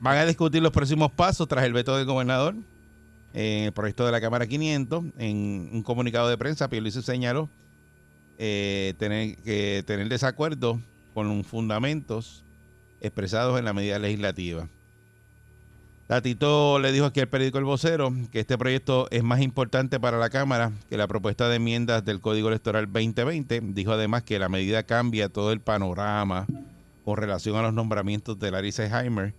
Van a discutir los próximos pasos tras el veto del gobernador en el proyecto de la Cámara 500. En un comunicado de prensa, Pierluisi señaló eh, tener, que tener desacuerdo con fundamentos expresados en la medida legislativa. Tatito le dijo aquí al periódico El Vocero que este proyecto es más importante para la Cámara que la propuesta de enmiendas del Código Electoral 2020. Dijo además que la medida cambia todo el panorama con relación a los nombramientos de Larissa Heimer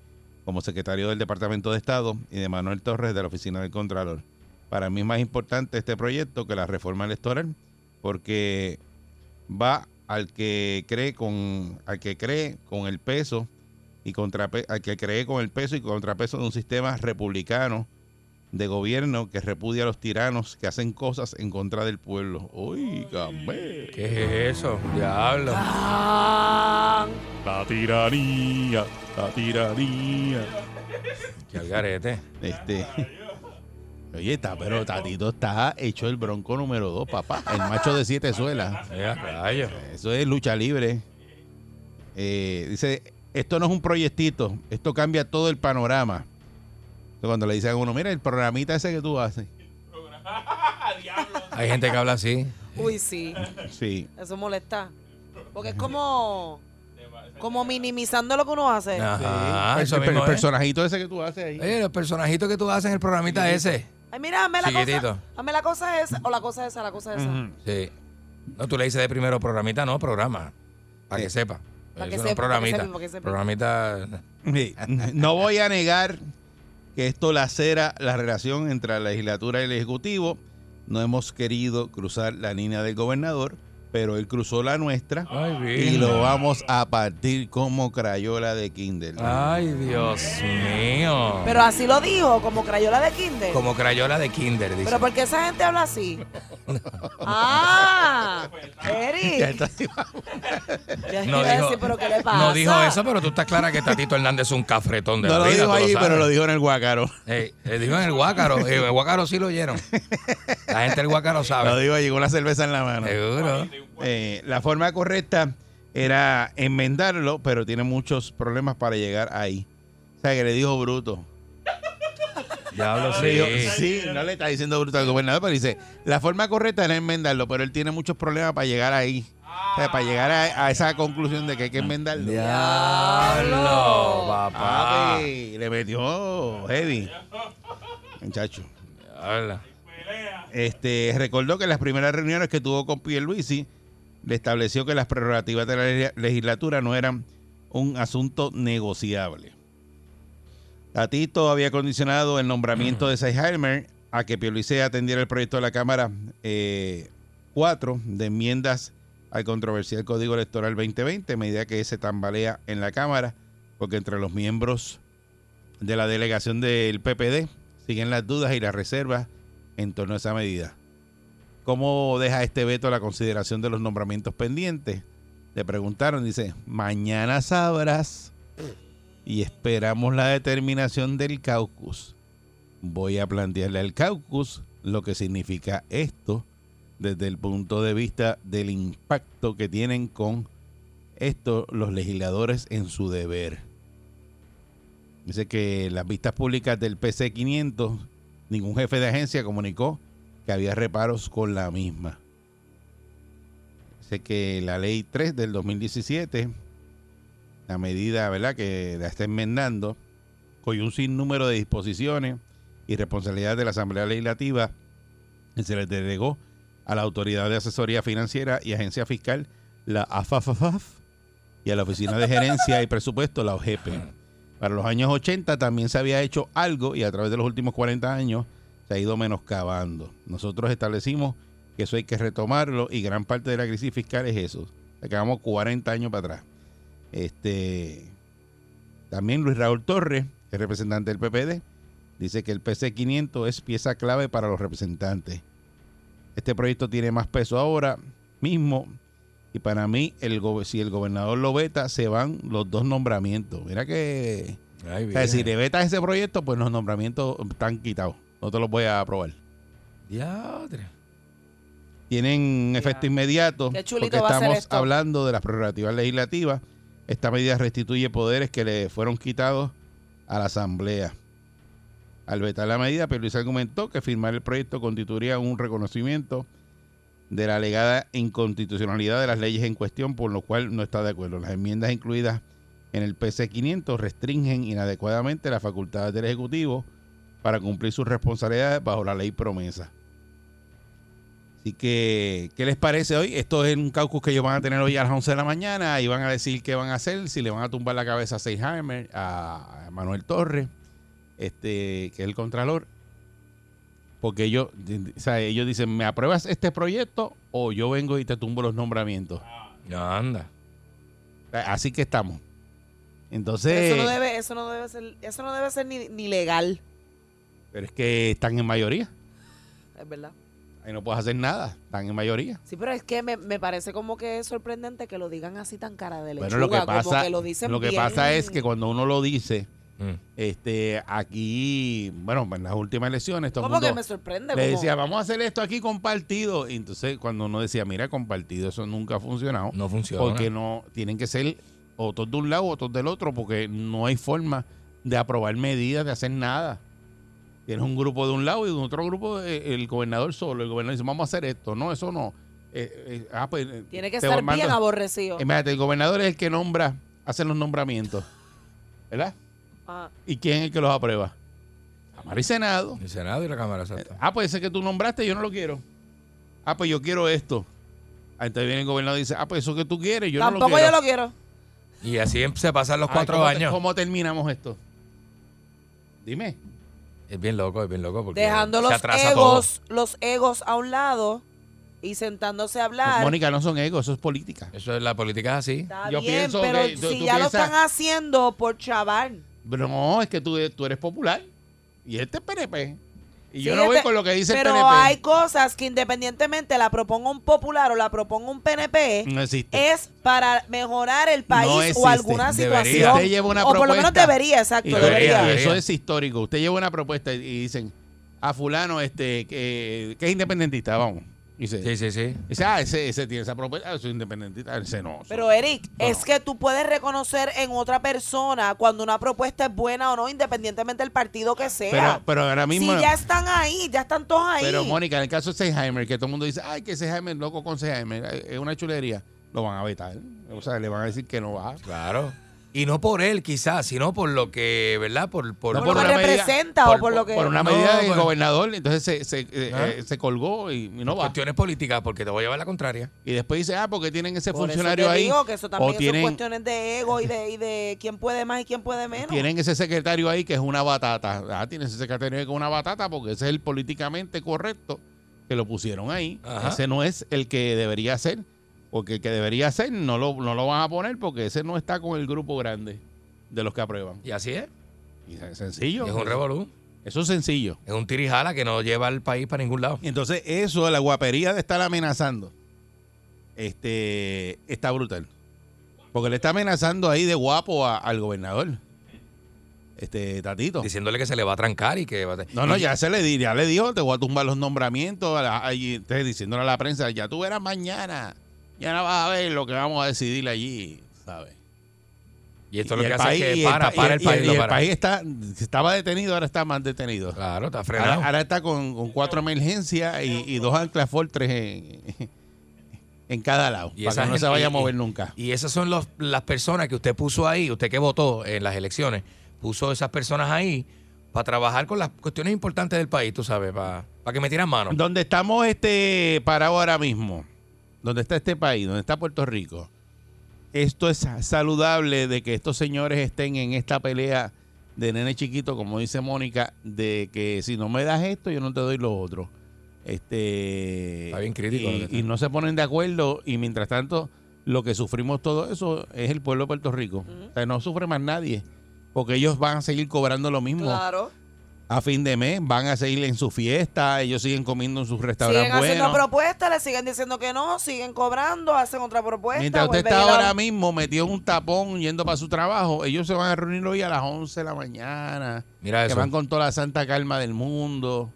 como secretario del Departamento de Estado y de Manuel Torres de la Oficina del Contralor. Para mí es más importante este proyecto que la reforma electoral porque va al que cree con al que cree con el peso y contrape, al que cree con el peso y contrapeso de un sistema republicano de gobierno que repudia a los tiranos que hacen cosas en contra del pueblo. Uy, camé. ¿Qué es eso? Diablo. Ah. La tiranía, la tiranía. Qué algarete. Este. Oye, está, pero Tatito está hecho el bronco número dos, papá. El macho de siete suelas. Eso es lucha libre. Eh, dice, esto no es un proyectito, esto cambia todo el panorama cuando le dicen a uno, mira el programita ese que tú haces. Hay gente que habla así. Uy, sí. Sí. Eso molesta. Porque es como como minimizando lo que uno hace. Ajá, sí. eso el, el, el, personajito ese que tú haces ahí. Oye, el personajito que tú haces en el programita sí. ese. Ay, mira, hazme la Chiquitito. cosa. Hazme la cosa esa o la cosa esa, la cosa esa. Uh -huh. Sí. No, tú le dices de primero programita, no, programa. Para sí. que sepa. Para que, no sepa, programita. Para que sepa, que sepa. Programita. No voy a negar que esto lacera la relación entre la legislatura y el Ejecutivo. No hemos querido cruzar la línea del gobernador, pero él cruzó la nuestra Ay, bien. y lo vamos a partir como crayola de Kindle. Ay, Dios mío. Pero así lo dijo, como crayola de kinder. Como crayola de kinder, dice. Pero ¿por qué esa gente habla así? ah, Ya Eric. está, sí, Ya No iba a dijo- decir, pero ¿qué le pasa? No dijo eso, pero tú estás clara que está Tito Hernández es un cafretón de No la lo vida, dijo tú ahí, sabes. pero lo dijo en el guácaro. Eh, eh, dijo en el Guácaro. eh, En el Guácaro sí lo oyeron. La gente del Guácaro Lo sabe. dijo ahí con una cerveza en la mano. Seguro. Eh, la forma correcta era enmendarlo, pero tiene muchos problemas para llegar ahí. O sea, que le dijo bruto. Diablo, Le dijo- sí. sí, no le está diciendo bruto al gobernador, pero dice, la forma correcta era enmendarlo, pero él tiene muchos problemas para llegar ahí. O sea, para llegar a, a esa conclusión de que hay que enmendarlo. Diablo, papá. Papi, le metió heavy. Muchacho. Diablo. Este, recordó que en las primeras reuniones que tuvo con Pierluisi le estableció que las prerrogativas de la le- legislatura no eran un asunto negociable. Tatito había condicionado el nombramiento de Seiheimer a que Pierluisi atendiera el proyecto de la Cámara 4 de enmiendas al controversial Código Electoral 2020, medida que se tambalea en la Cámara, porque entre los miembros de la delegación del PPD siguen las dudas y las reservas en torno a esa medida. ¿Cómo deja este veto la consideración de los nombramientos pendientes? Le preguntaron, dice, mañana sabrás y esperamos la determinación del caucus. Voy a plantearle al caucus lo que significa esto desde el punto de vista del impacto que tienen con esto los legisladores en su deber. Dice que las vistas públicas del PC 500 ningún jefe de agencia comunicó que había reparos con la misma. Sé que la ley 3 del 2017, la medida ¿verdad? que la está enmendando, cogió un sinnúmero de disposiciones y responsabilidades de la Asamblea Legislativa y se les delegó a la Autoridad de Asesoría Financiera y Agencia Fiscal, la AFAFAF, y a la Oficina de Gerencia y Presupuesto, la OGP. Para los años 80 también se había hecho algo y a través de los últimos 40 años se ha ido menoscabando. Nosotros establecimos que eso hay que retomarlo y gran parte de la crisis fiscal es eso. Acabamos 40 años para atrás. Este, también Luis Raúl Torres, el representante del PPD, dice que el PC 500 es pieza clave para los representantes. Este proyecto tiene más peso ahora mismo y para mí, el go- si el gobernador lo veta, se van los dos nombramientos. Mira que... Ay, O sea, si le bien. vetas ese proyecto, pues los nombramientos están quitados. No te los voy a aprobar. Diadre. Tienen un efecto inmediato Qué chulito porque va a ser estamos esto. hablando de las prerrogativas legislativas. Esta medida restituye poderes que le fueron quitados a la Asamblea. Al vetar la medida, Luis argumentó que firmar el proyecto constituiría un reconocimiento de la alegada inconstitucionalidad de las leyes en cuestión, por lo cual no está de acuerdo. Las enmiendas incluidas en el PC 500 restringen inadecuadamente las facultades del Ejecutivo para cumplir sus responsabilidades bajo la ley promesa. Así que, ¿qué les parece hoy? Esto es un caucus que ellos van a tener hoy a las 11 de la mañana y van a decir qué van a hacer, si le van a tumbar la cabeza a Seyheimer, a Manuel Torres, este, que es el contralor. Porque ellos, o sea, ellos dicen, ¿me apruebas este proyecto o yo vengo y te tumbo los nombramientos? Ya anda. Así que estamos. Entonces... Pero Eso no debe, eso no debe ser, eso no debe ser ni, ni legal, Pero es que están en mayoría. es verdad. Ahí no puedes hacer nada. Están en mayoría. Sí, pero es que me, me parece como que es sorprendente que lo digan así tan cara de lechuga, bueno, lo que como pasa, que lo dicen que bien- pasa es que cuando uno lo dice, Mm. este, aquí, bueno, en las últimas elecciones, todo el ¿Cómo que me mundo sorprende? le Como- decía, vamos a hacer esto aquí compartido. Y entonces, cuando uno decía, mira, compartido, eso nunca ha funcionado. No funciona. porque no, tienen que ser otros de un lado, otros del otro, porque no hay forma de aprobar medidas, de hacer nada. Tienes un grupo de un lado y de otro grupo eh, el gobernador solo. El gobernador dice, vamos a hacer esto. No, eso no. Eh, eh, ah, pues, eh, Tiene que te estar mando- bien aborrecido. Imagínate, el gobernador es el que nombra, hace los nombramientos. ¿Verdad? Ah, ¿Y quién es el que los aprueba? Cámara y Senado. El Senado y la Cámara, exacto. Ah, pues ese que tú nombraste, yo no lo quiero. Ah, pues yo quiero esto. Ah, Entonces viene el gobernador y dice, ah, pues eso que tú quieres, yo tampoco no lo quiero. yo lo quiero. Y así se pasan los Ay, cuatro ¿cómo te- años. ¿Cómo terminamos esto? Dime. Es bien loco, es bien loco. Porque Dejando los se atrasa egos, los egos a un lado y sentándose a hablar. Mónica, no son egos, eso es política. Eso es la política es así. Está yo bien, pienso pero que tú- si tú ya piensas- lo están haciendo por chaval. Pero no, es que tú, tú eres popular y este es PNP. Y yo Sí, no voy este- con lo que dice Pero el PNP. hay cosas que independientemente la proponga un popular o la proponga un PNP, No existe. es para mejorar el país o existe. alguna Debería. situación. Usted lleva una o por lo menos propuesta. debería, exacto, Y, Debería, debería. y eso debería. es histórico. Usted lleva una propuesta y- y dicen a fulano este que, que es independentista, vamos. Y dice, Sí, sí, sí. dice, ah, ese, ese tiene esa propuesta, ah, soy independentista, ese no. soy- Pero Eric, No, no. es que tú puedes reconocer en otra persona cuando una propuesta es buena o no, independientemente del partido que sea. pero, pero ahora mismo si ya están ahí, ya están todos ahí. Pero Mónica, en el caso de Seyheimer, que todo el mundo dice, ay, que Seyheimer, loco con Seyheimer, eh, es una chulería, lo van a vetar. O sea, le van a decir que no va. Claro. Y no por él, quizás, sino por lo que, ¿verdad? Por, por, No, por, por lo una que medida- representa por- o por lo que... Por una No, medida del bueno. gobernador, entonces se, se, eh, Ah. eh, se colgó y, y no va. cuestiones políticas, porque te voy a llevar la contraria. Y después dice, ah, porque tienen ese Por eso funcionario te ahí. digo que eso también o son tienen, cuestiones de ego y de, y de quién puede más y quién puede menos. tienen ese secretario ahí que es una batata. Ah, tienen ese secretario ahí que es una batata porque ese es el políticamente correcto que lo pusieron ahí. Ajá. Ese no es el que debería ser. Porque el que debería ser no lo, no lo van a poner porque ese no está con el grupo grande de los que aprueban. Y así es. Y es sencillo. Es un revolú. Eso es sencillo. Es un tirijala que no lleva al país para ningún lado. Y Entonces, eso, la guapería de estar amenazando, este, está brutal. Porque le está amenazando ahí de guapo a- al gobernador. Este, Tatito. Diciéndole que se le va a trancar y que va a... No, no, Y- ya se le di, ya le dijo, te voy a tumbar los nombramientos, a la- ahí, entonces, diciéndole a la prensa, ya tú verás mañana, mañana vas a ver lo que vamos a decidir allí, ¿sabes? Y esto lo Y que el hace país- es y que el para, pa- para y- el y país. y lo el para. país está, estaba detenido, ahora está más detenido. Claro, está Ahora, frenado. ahora está con, con cuatro emergencias y, y dos anclas Fortress en, en cada lado. Y esa para que no se gente- vaya a y- mover y- nunca. Y esas son los- las personas que usted puso ahí, usted que votó en las elecciones, puso esas personas ahí para trabajar con las cuestiones importantes del país, tú sabes, para, para que me tiran mano. Donde estamos este parados ahora mismo, donde está este país, donde está Puerto Rico, esto es saludable de que estos señores estén en esta pelea de nene chiquito, como dice Mónica, de que si no me das esto, yo no te doy lo otro. Este, Está bien crítico lo que está. Y, y no se ponen de acuerdo y mientras tanto lo que sufrimos todo eso es el pueblo de Puerto Rico. O sea, no sufre más nadie, porque ellos van a seguir cobrando lo mismo Claro. a fin de mes, van a seguir en su fiesta, ellos siguen comiendo en sus Siguen restaurantes haciendo buenos. propuestas, le siguen diciendo que no, siguen cobrando, hacen otra propuesta. Mientras usted vuelven está y la- ahora mismo metido en un tapón yendo para su trabajo, ellos se van a reunir hoy a las 11 de la mañana, Mira que eso. van con toda la santa calma del mundo,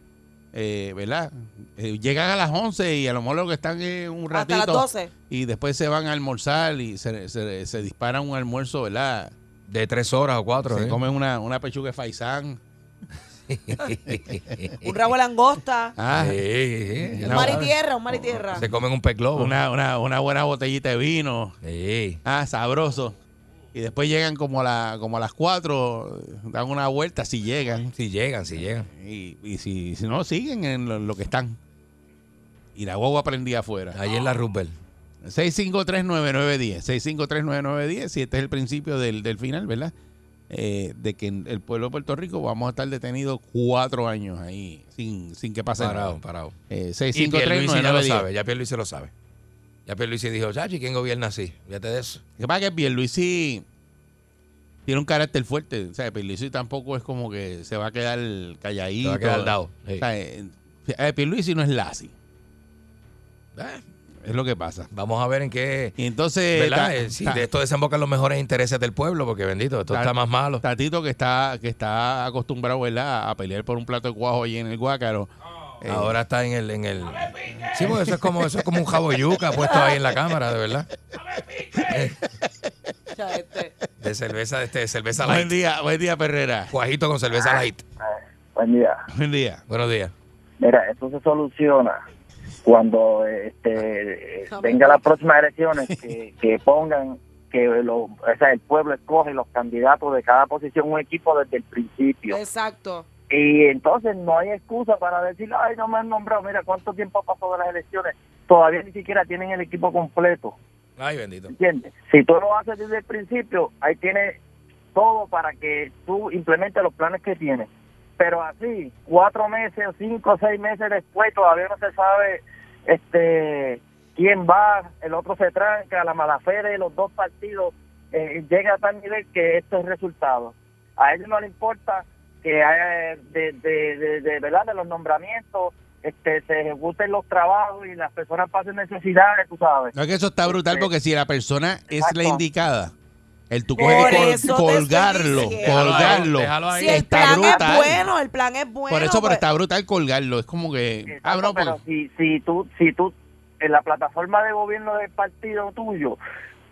eh, ¿verdad? Eh, llegan a las 11 y a lo mejor lo que están es un Hasta ratito. las 12. Y después se van a almorzar y se, se, se dispara un almuerzo, ¿verdad? De tres horas o cuatro. se ¿eh? comen una, una pechuga de faisán. Un rabo de langosta, Ah, Sí, sí, un no, mar y no. tierra, un mar y tierra. Se comen un pez globo. una, una, una buena botellita de vino. Sí. Ah, sabroso. Y después llegan como a, la, como a las 4, dan una vuelta si llegan. Si llegan, si llegan. Y, y si, si no, siguen en lo, lo que están. Y la guagua prendía afuera. Ahí en la Rupert. 6539910. 6539910. Si este es el principio del, del final, ¿verdad? Eh, de que en el pueblo de Puerto Rico vamos a estar detenidos cuatro años ahí, sin, sin que pase Parado, nada. parado. Eh, Y Pierluisi ya lo 6539910. sabe, ya Pierluisi lo sabe. Ya Pierluisi dijo, Chachi, ¿quién gobierna así? Fíjate de eso. Lo que pasa es que Pierluisi tiene un carácter fuerte. O sea, Pierluisi tampoco es como que se va a quedar calladito. Se va a quedar dado. O Sí. sea, eh, eh, Pierluisi no es Lassi. Eh, Es lo que pasa. Vamos a ver en qué... Y entonces... ¿Verdad? ta- Eh, sí, ta- de esto desembocan los mejores intereses del pueblo, porque bendito, esto Ta- está más malo. Tatito que está, que está acostumbrado, ¿verdad? A pelear por un plato de cuajo allí en el Guácaro. Eh, Ahora está en el, en el. Sí, porque eso es como, eso es como un jaboyuca puesto ahí en la cámara, de verdad. O sea, este, De cerveza, de este, de cerveza Buen light. día, buen día, Perrera. Ah, Cuajito con cerveza light. Buen día. Buen día. Buenos días. Pues Mira, esto se soluciona cuando este eh, Jamás. venga las próximas elecciones que, que pongan que lo, o sea, el pueblo escoge los candidatos de cada posición un equipo desde el principio. exacto. Y entonces no hay excusa para decir, ay, no me han nombrado, mira cuánto tiempo ha pasado de las elecciones. Todavía ni siquiera tienen el equipo completo, Ay, bendito. ¿entiendes? Si tú lo haces desde el principio, ahí tienes todo para que tú implementes los planes que tienes. Pero así, cuatro meses, cinco o seis meses después, todavía no se sabe este quién va, el otro se tranca, la mala fe de los dos partidos eh, llega a tal nivel que esto es resultado. A ellos no le importa que haya de, de, de, de, ¿verdad? de los nombramientos, este, se ejecuten los trabajos y las personas pasen necesidades, tú sabes. No, es que eso está brutal Sí. porque si la persona es la Este, Exacto. indicada, el tu Por coger y col- eso te estoy colgarlo, diciendo. colgarlo. Déjalo ahí, Si el está plan brutal. es bueno, el plan es bueno. Por eso, pero pues- está brutal colgarlo. Es como que. Ah, Exacto, bro, pero pues, si, si tú, si tú en la plataforma de gobierno del partido tuyo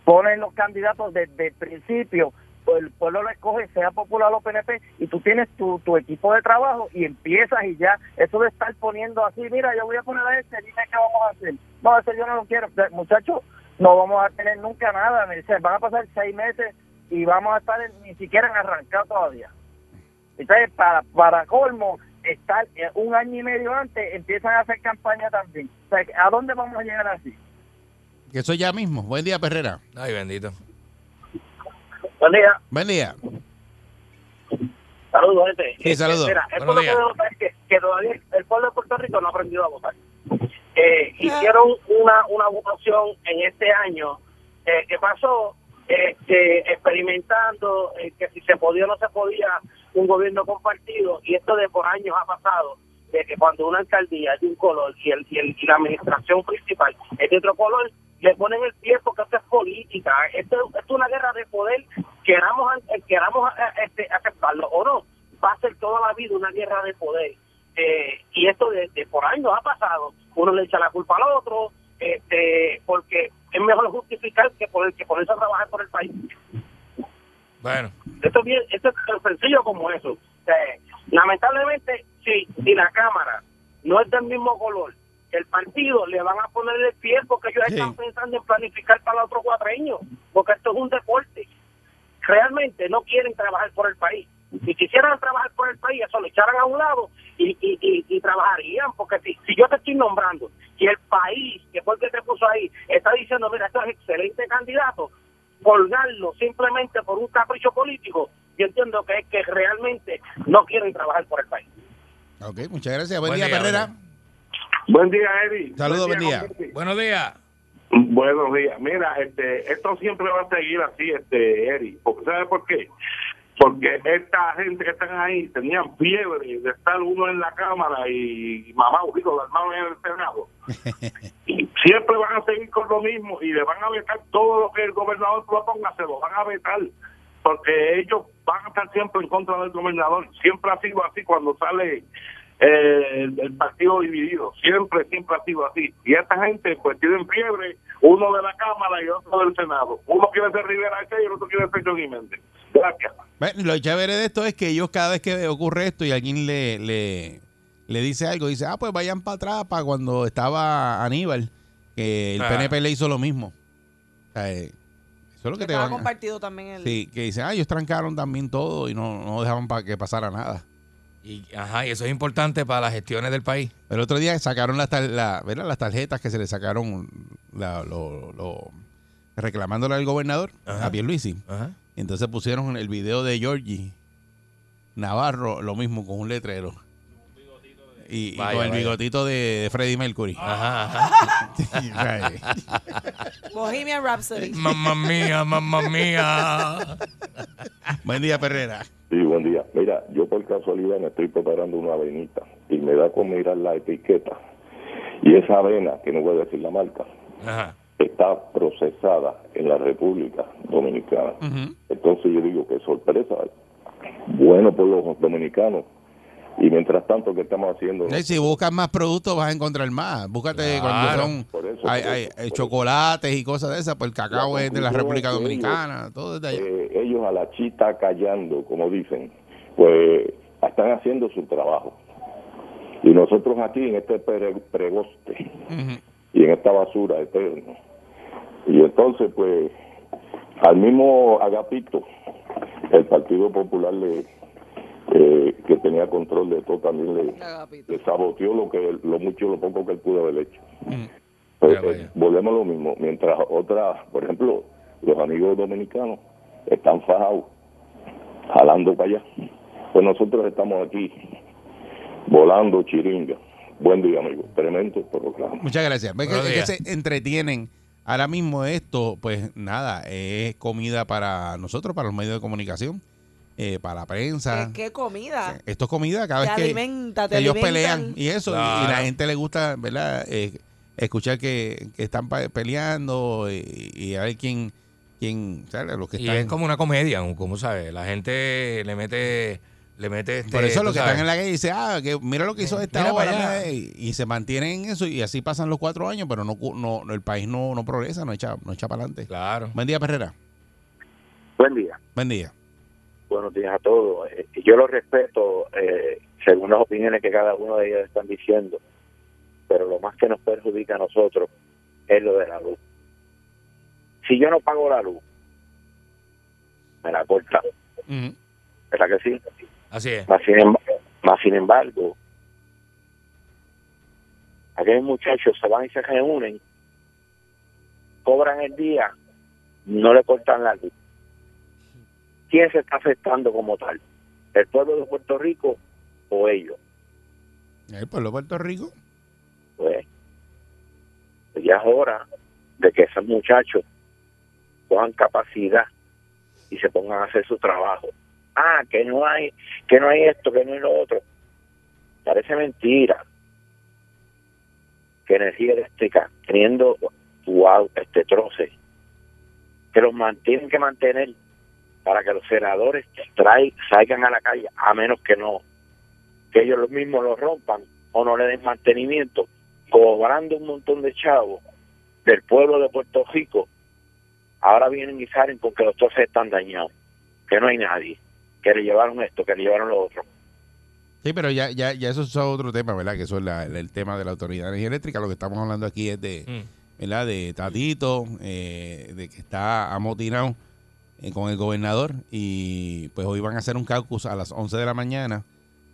pones los candidatos desde el principio, pues el pueblo lo escoge, sea popular o PNP, y tú tienes tu, tu equipo de trabajo y empiezas y ya, eso de estar poniendo así, mira, yo voy a poner a este, dime qué vamos a hacer. No, ese yo no lo quiero, Eh, muchachos, no vamos a tener nunca nada, me dicen, van a pasar seis meses y vamos a estar en- ni siquiera en arrancado todavía. Entonces, para, para colmo, estar eh, un año y medio antes, empiezan a hacer campaña también. O sea, ¿a dónde vamos a llegar así? que eso ya mismo. Buen día, Perrera. Ay, bendito. Buen día. Buen día. Saludos, gente. Este, Sí, saludos. Mira, el Buenos pueblo días. de Puerto Rico, que, que todavía el pueblo de Puerto Rico no ha aprendido a votar. Eh, hicieron una, una votación en este año eh, que pasó este, experimentando eh, que si se podía o no se podía un gobierno compartido y esto de por años ha pasado de que cuando una alcaldía es de un color y, el, y, el- y la administración principal es de otro color, le ponen el pie porque esto es política. Esto, esto es una guerra de poder, queramos, eh, queramos eh, este, aceptarlo o no. Va a ser toda la vida una guerra de poder. Eh, y esto de, de por años ha pasado. Uno le echa la culpa al otro, este, porque es mejor justificar que por el que ponerse a trabajar por el país. Bueno, Esto es, bien, esto es tan sencillo como eso. O sea, lamentablemente, si, si la Cámara no es del mismo color que el partido, le van a poner el pie porque ellos Sí. están pensando en planificar para otro cuatreño, porque esto es un deporte. Realmente no quieren trabajar por el país. Si quisieran trabajar por el país, eso lo echaran a un lado y, y, y, y trabajarían, porque si, si yo te estoy nombrando y el país, que fue el que te puso ahí, está diciendo, mira, esto es excelente candidato, colgarlo simplemente por un capricho político, yo entiendo que es que realmente no quieren trabajar por el país. Ok, muchas gracias. Buen, Buen día, día, Perrera. Buen buen día, Eddie. Saludos, buen día. Confuci. buenos días. Buenos días. Mira, este, esto siempre va a seguir así, este, Eddie. Porque, ¿Sabe por qué? Porque esta gente que están ahí tenían fiebre de estar uno en la Cámara y mamá, digo, la hermana en el Senado. Y siempre van a seguir con lo mismo y le van a vetar todo lo que el gobernador proponga, se lo van a vetar. Porque ellos van a estar siempre en contra del gobernador. Siempre ha sido así cuando sale eh, el, el partido dividido. Siempre, siempre ha sido así. Y esta gente, pues tienen fiebre, uno de la Cámara y otro del Senado. Uno quiere ser Rivera Eche y el otro quiere ser Johnny Méndez. Gracias. Bueno, lo chévere de esto es que ellos cada vez que ocurre esto y alguien le, le, le dice algo, dice, ah, pues vayan para atrás, para cuando estaba Aníbal, que el Ah. PNP le hizo lo mismo. O sea, eh, eso es lo que te Estaba van a- compartido también el... Sí, que dicen, ah, ellos trancaron también todo y no, no dejaban para que pasara nada. Y, ajá, y eso es importante para las gestiones del país. El otro día sacaron las, tar- la- ¿verdad? las tarjetas que se le sacaron la, lo, lo- reclamándole al gobernador, Ajá. a Pierluisi. Ajá. Entonces pusieron el video de Georgie Navarro, lo mismo, con un letrero. Y, y Vaya, con el vaya. bigotito de, de Freddie Mercury. Ajá, ajá. Sí, o sea, eh, Bohemian Rhapsody. mamma mía, mamma mía. Buen día, Perrera. Sí, buen día. Mira, yo por casualidad me estoy preparando una avenita y me da con mirar la etiqueta. Y esa avena, que no voy a decir la marca, Ajá. está procesada en la República Dominicana. Entonces yo digo, qué sorpresa. Bueno por los dominicanos. Y mientras tanto, ¿qué estamos haciendo? Eh, Si buscas más productos vas a encontrar más. Búscate Claro. cuando Por son eso, hay, por hay- eso, hay por eso. chocolates y cosas de esas, pues el cacao La es de la conclusión República es que Dominicana, todo es de allá. Eh, ellos a la chita callando, como dicen, pues están haciendo su trabajo. Y nosotros aquí en este pre- pregoste Ujú. y en esta basura eterna. Y entonces, pues, al mismo Agapito, el Partido Popular le, eh, que tenía control de todo, también le, Agapito. le saboteó lo que lo mucho lo poco que él pudo haber hecho. Mm. Pues, Ya, vaya. eh, volvemos a lo mismo, mientras otras, por ejemplo, los amigos dominicanos están fajados, jalando para allá, pues nosotros estamos aquí volando chiringa, Buen día, amigo. Tremendo este programa. Muchas gracias. Ve que- Buenos es que días. se entretienen. Ahora mismo esto, pues nada, es comida para nosotros, para los medios de comunicación, eh, para la prensa. ¿Qué, qué comida? Esto es comida cada Te vez que, alimenta, te que ellos alimentan. pelean y eso. y- Y, Claro. la gente le gusta, ¿verdad? Eh, escuchar que, que están pa- peleando y, y a ver quién, quién ¿sabes? Los que Y están. es como una comedia, como sabes, la gente le mete, le mete este, Por eso tú los que sabes. están en la calle dicen, ah, que mira lo que hizo Mira esta para hora, allá. mira, y, y se mantienen en eso y así pasan los cuatro años, pero no, cu- no, no- el país no, no progresa, no echa, no echa para adelante. Claro. Buen día, Perrera. Buen día. Buen día. Buenos días a todos. Eh, Yo los respeto eh, según las opiniones que cada uno de ellos están diciendo, pero lo más que nos perjudica a nosotros es lo de la luz. Si yo no pago la luz, me la corta, ¿verdad que sí? Así es. Más sin, em- más sin embargo, aquellos muchachos se van y se reúnen, cobran el día, no le cortan la luz. ¿Quién se está afectando como tal? ¿El pueblo de Puerto Rico o ellos? El pueblo de Puerto Rico. Pues, pues ya es hora de que esos muchachos cojan capacidad y se pongan a hacer su trabajo. Ah, que no hay, que no hay esto, que no hay lo otro. Parece mentira que energía eléctrica, teniendo wow, este troce, que los mantienen que mantener para que los senadores traen, salgan a la calle, a menos que no, que ellos los mismos los rompan o no le den mantenimiento, cobrando un montón de chavos del pueblo de Puerto Rico, ahora vienen y salen con que los troces están dañados, que no hay nadie, que le llevaron esto, que le llevaron lo otro. Sí, pero ya, ya, ya eso es otro tema, ¿verdad? Que eso es la- el tema de la Autoridad de Energía Eléctrica. Lo que estamos hablando aquí es de, Mm. ¿verdad? De Tatito, eh, de que está amotinado eh, con el gobernador y pues hoy van a hacer un caucus a las 11 de la mañana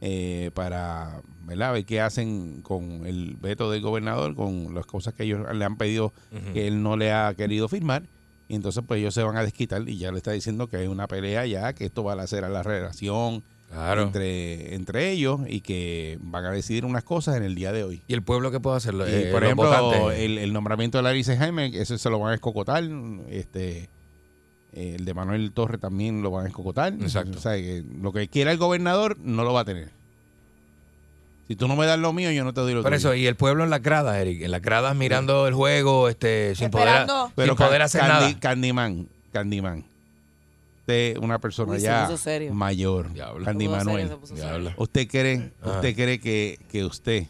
eh, para, ¿verdad? Ver qué hacen con el veto del gobernador, con las cosas que ellos le han pedido Ujú. que él no le ha querido firmar. Y entonces pues ellos se van a desquitar y ya le está diciendo que hay una pelea ya, que esto va a lacerar la relación Claro. entre, entre ellos y que van a decidir unas cosas en el día de hoy. Y el pueblo que puede hacerlo. Y, Eh, por los ejemplo, votantes. el, el nombramiento de Larry C. Jaime, ese se lo van a escocotar. Este, eh, el de Manuel Torres también lo van a escocotar. Exacto. O sea, que lo que quiera el gobernador no lo va a tener. Si tú no me das lo mío, yo no te doy lo Por tuyo. eso, y el pueblo en las gradas, Eric, en las gradas mirando el juego, este, sin poder, Esperando. sin poder Ca- hacer Candy- nada. Candyman, Candyman. Usted es una persona Uy, se ya puso serio. mayor. Diablo. Candy Se puso serio, Manuel. se puso serio. Diablo. ¿Usted cree, Ah. usted cree que, que usted,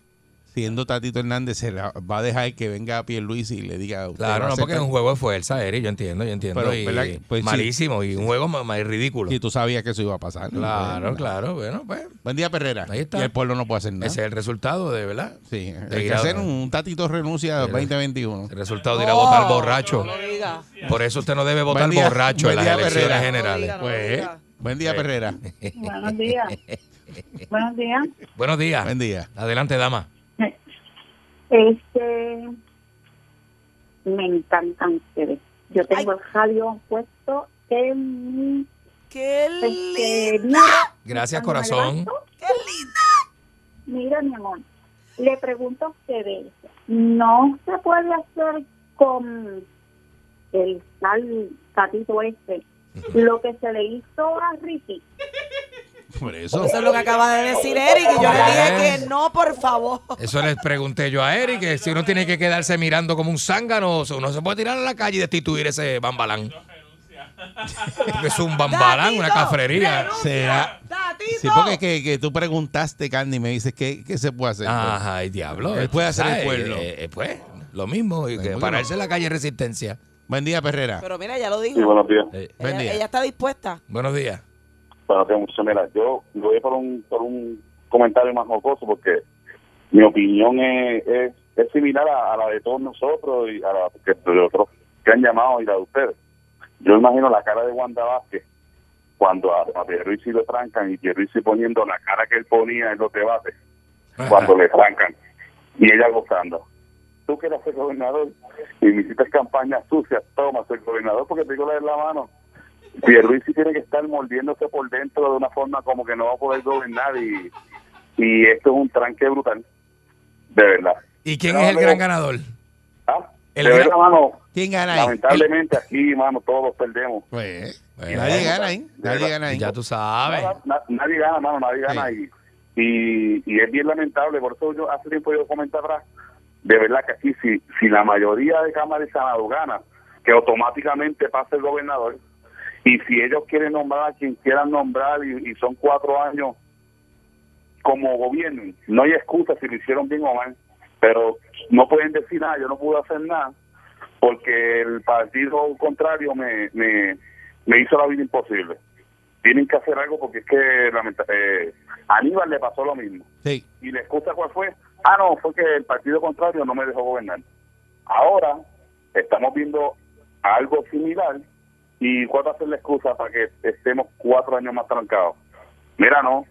siendo Tatito Hernández, se la va a dejar que venga a Luis y le diga... usted va Claro, a no, aceptar? porque es un juego de fuerza, Eric, yo entiendo, yo entiendo. Pero, y ¿verdad? Pues sí. malísimo, y un juego más, más ridículo. Y tú sabías que eso iba a pasar. ¿no? Claro, Bueno, claro, bueno, pues Buen día, Perrera. Ahí está. Y el pueblo no puede hacer nada. ese es el resultado de, ¿verdad? Sí, De hay ir que a- hacer un tatito renuncia Sí. 2021. El resultado de ir a Oh. votar borracho. No lo diga. Por eso usted no debe votar Buen día, borracho buen en las día, elecciones Herrera. generales. No lo Pues, Pues, diga. buen día, Sí. Perrera. Buenos días. Buenos días. buenos días. Buen día. Adelante, dama. Este, me encantan ustedes. Yo tengo el radio puesto en mi este, ¡Qué lindo! pequeña. Gracias, Cuando me corazón. levanto, ¡Qué lindo! Mira, mi amor, le pregunto a ustedes, ¿no se puede hacer con el tal gatito este lo que se le hizo a Ricky? Por eso. Eso es lo que acaba de decir Eric y yo le Eh. dije que no, por favor. Eso les pregunté yo a Eric, que si uno tiene que quedarse mirando como un zángano, uno se puede tirar a la calle y destituir ese bambalán. es un bambalán, una Tatito, cafrería. renuncia, Será- Tatito. Sí, porque que, que tú preguntaste, Candy, y me dices, ¿qué, qué se puede hacer? Ajá, y diablo. Él puede hacer el ¿sabes? pueblo. Eh, eh, pues, lo mismo, y Sí, que ¿por qué pararse no? en la calle es resistencia. Buen día, Perrera. Pero mira, ya lo Sí, dijo. buenos días. Eh, Buen Ella, día. ella está dispuesta. buenos días. Buenos días, muchachos. Mira, yo yo voy por un, por un comentario más jocoso porque mi opinión es, es, es similar a, a la de todos nosotros y a la que, de otros que han llamado y la de ustedes. Yo imagino la cara de Wanda Vázquez cuando a, a Pierluisi le trancan y Pierluisi poniendo la cara que él ponía en los debates cuando le trancan y ella gozando. Tú que eras el gobernador y me hiciste campañas sucias, toma, soy gobernador porque te digo la de la mano. Pierluisi tiene que estar mordiéndose por dentro de una forma como que no va a poder gobernar y, y esto es un tranque brutal. de verdad. ¿Y quién No, es el no. gran ganador? Ah, El de gran- verdad, mano, ¿Quién gana ahí? lamentablemente aquí, mano, todos perdemos. Pues, Bueno. nadie gana ahí. Nadie gana ahí. Ya tú sabes. Nada, na- nadie gana, mano, nadie gana. Sí. Y, y, y es bien lamentable, por eso yo hace tiempo yo comenté atrás, de verdad que aquí, si, si la mayoría de cámaras de Senado gana, que automáticamente pasa el gobernador, y si ellos quieren nombrar a quien quieran nombrar y, y son cuatro años como gobierno, no hay excusa si lo hicieron bien o mal, pero no pueden decir nada, yo no pude hacer nada, porque el partido contrario me, me, me hizo la vida imposible tienen que hacer algo porque es que lamenta- eh, a Aníbal le pasó lo mismo. Sí. Y la excusa cuál fue, ah, no, fue que el partido contrario no me dejó gobernar. Ahora estamos viendo algo similar y cuál va a ser la excusa para que estemos cuatro años más trancados. Mira, no.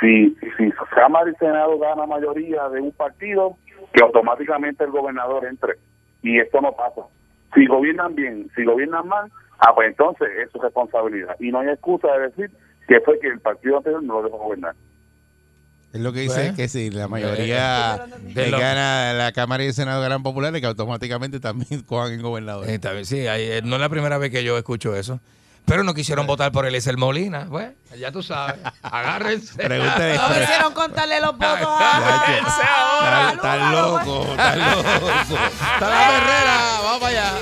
Si, si Cámara y Senado gana mayoría de un partido, que automáticamente el gobernador entre. Y esto no pasa. Si gobiernan bien, si gobiernan mal, ah, pues entonces es su responsabilidad. Y no hay excusa de decir que fue que el partido anterior no lo dejó gobernar. Es lo que dice Pues, que si la mayoría de que lo- gana la Cámara y el Senado ganan populares, que automáticamente también cojan el gobernador. Eh, está bien, sí, ahí, eh, no es la primera vez que yo escucho eso. Pero no quisieron votar por Eliezer Molina. Pues, ya tú sabes. Agárrense. Pregúntale. No quisieron contarle los votos a... Ya, a- Está, a- está a- a- loco, está loco. Está la perrera, vamos para allá.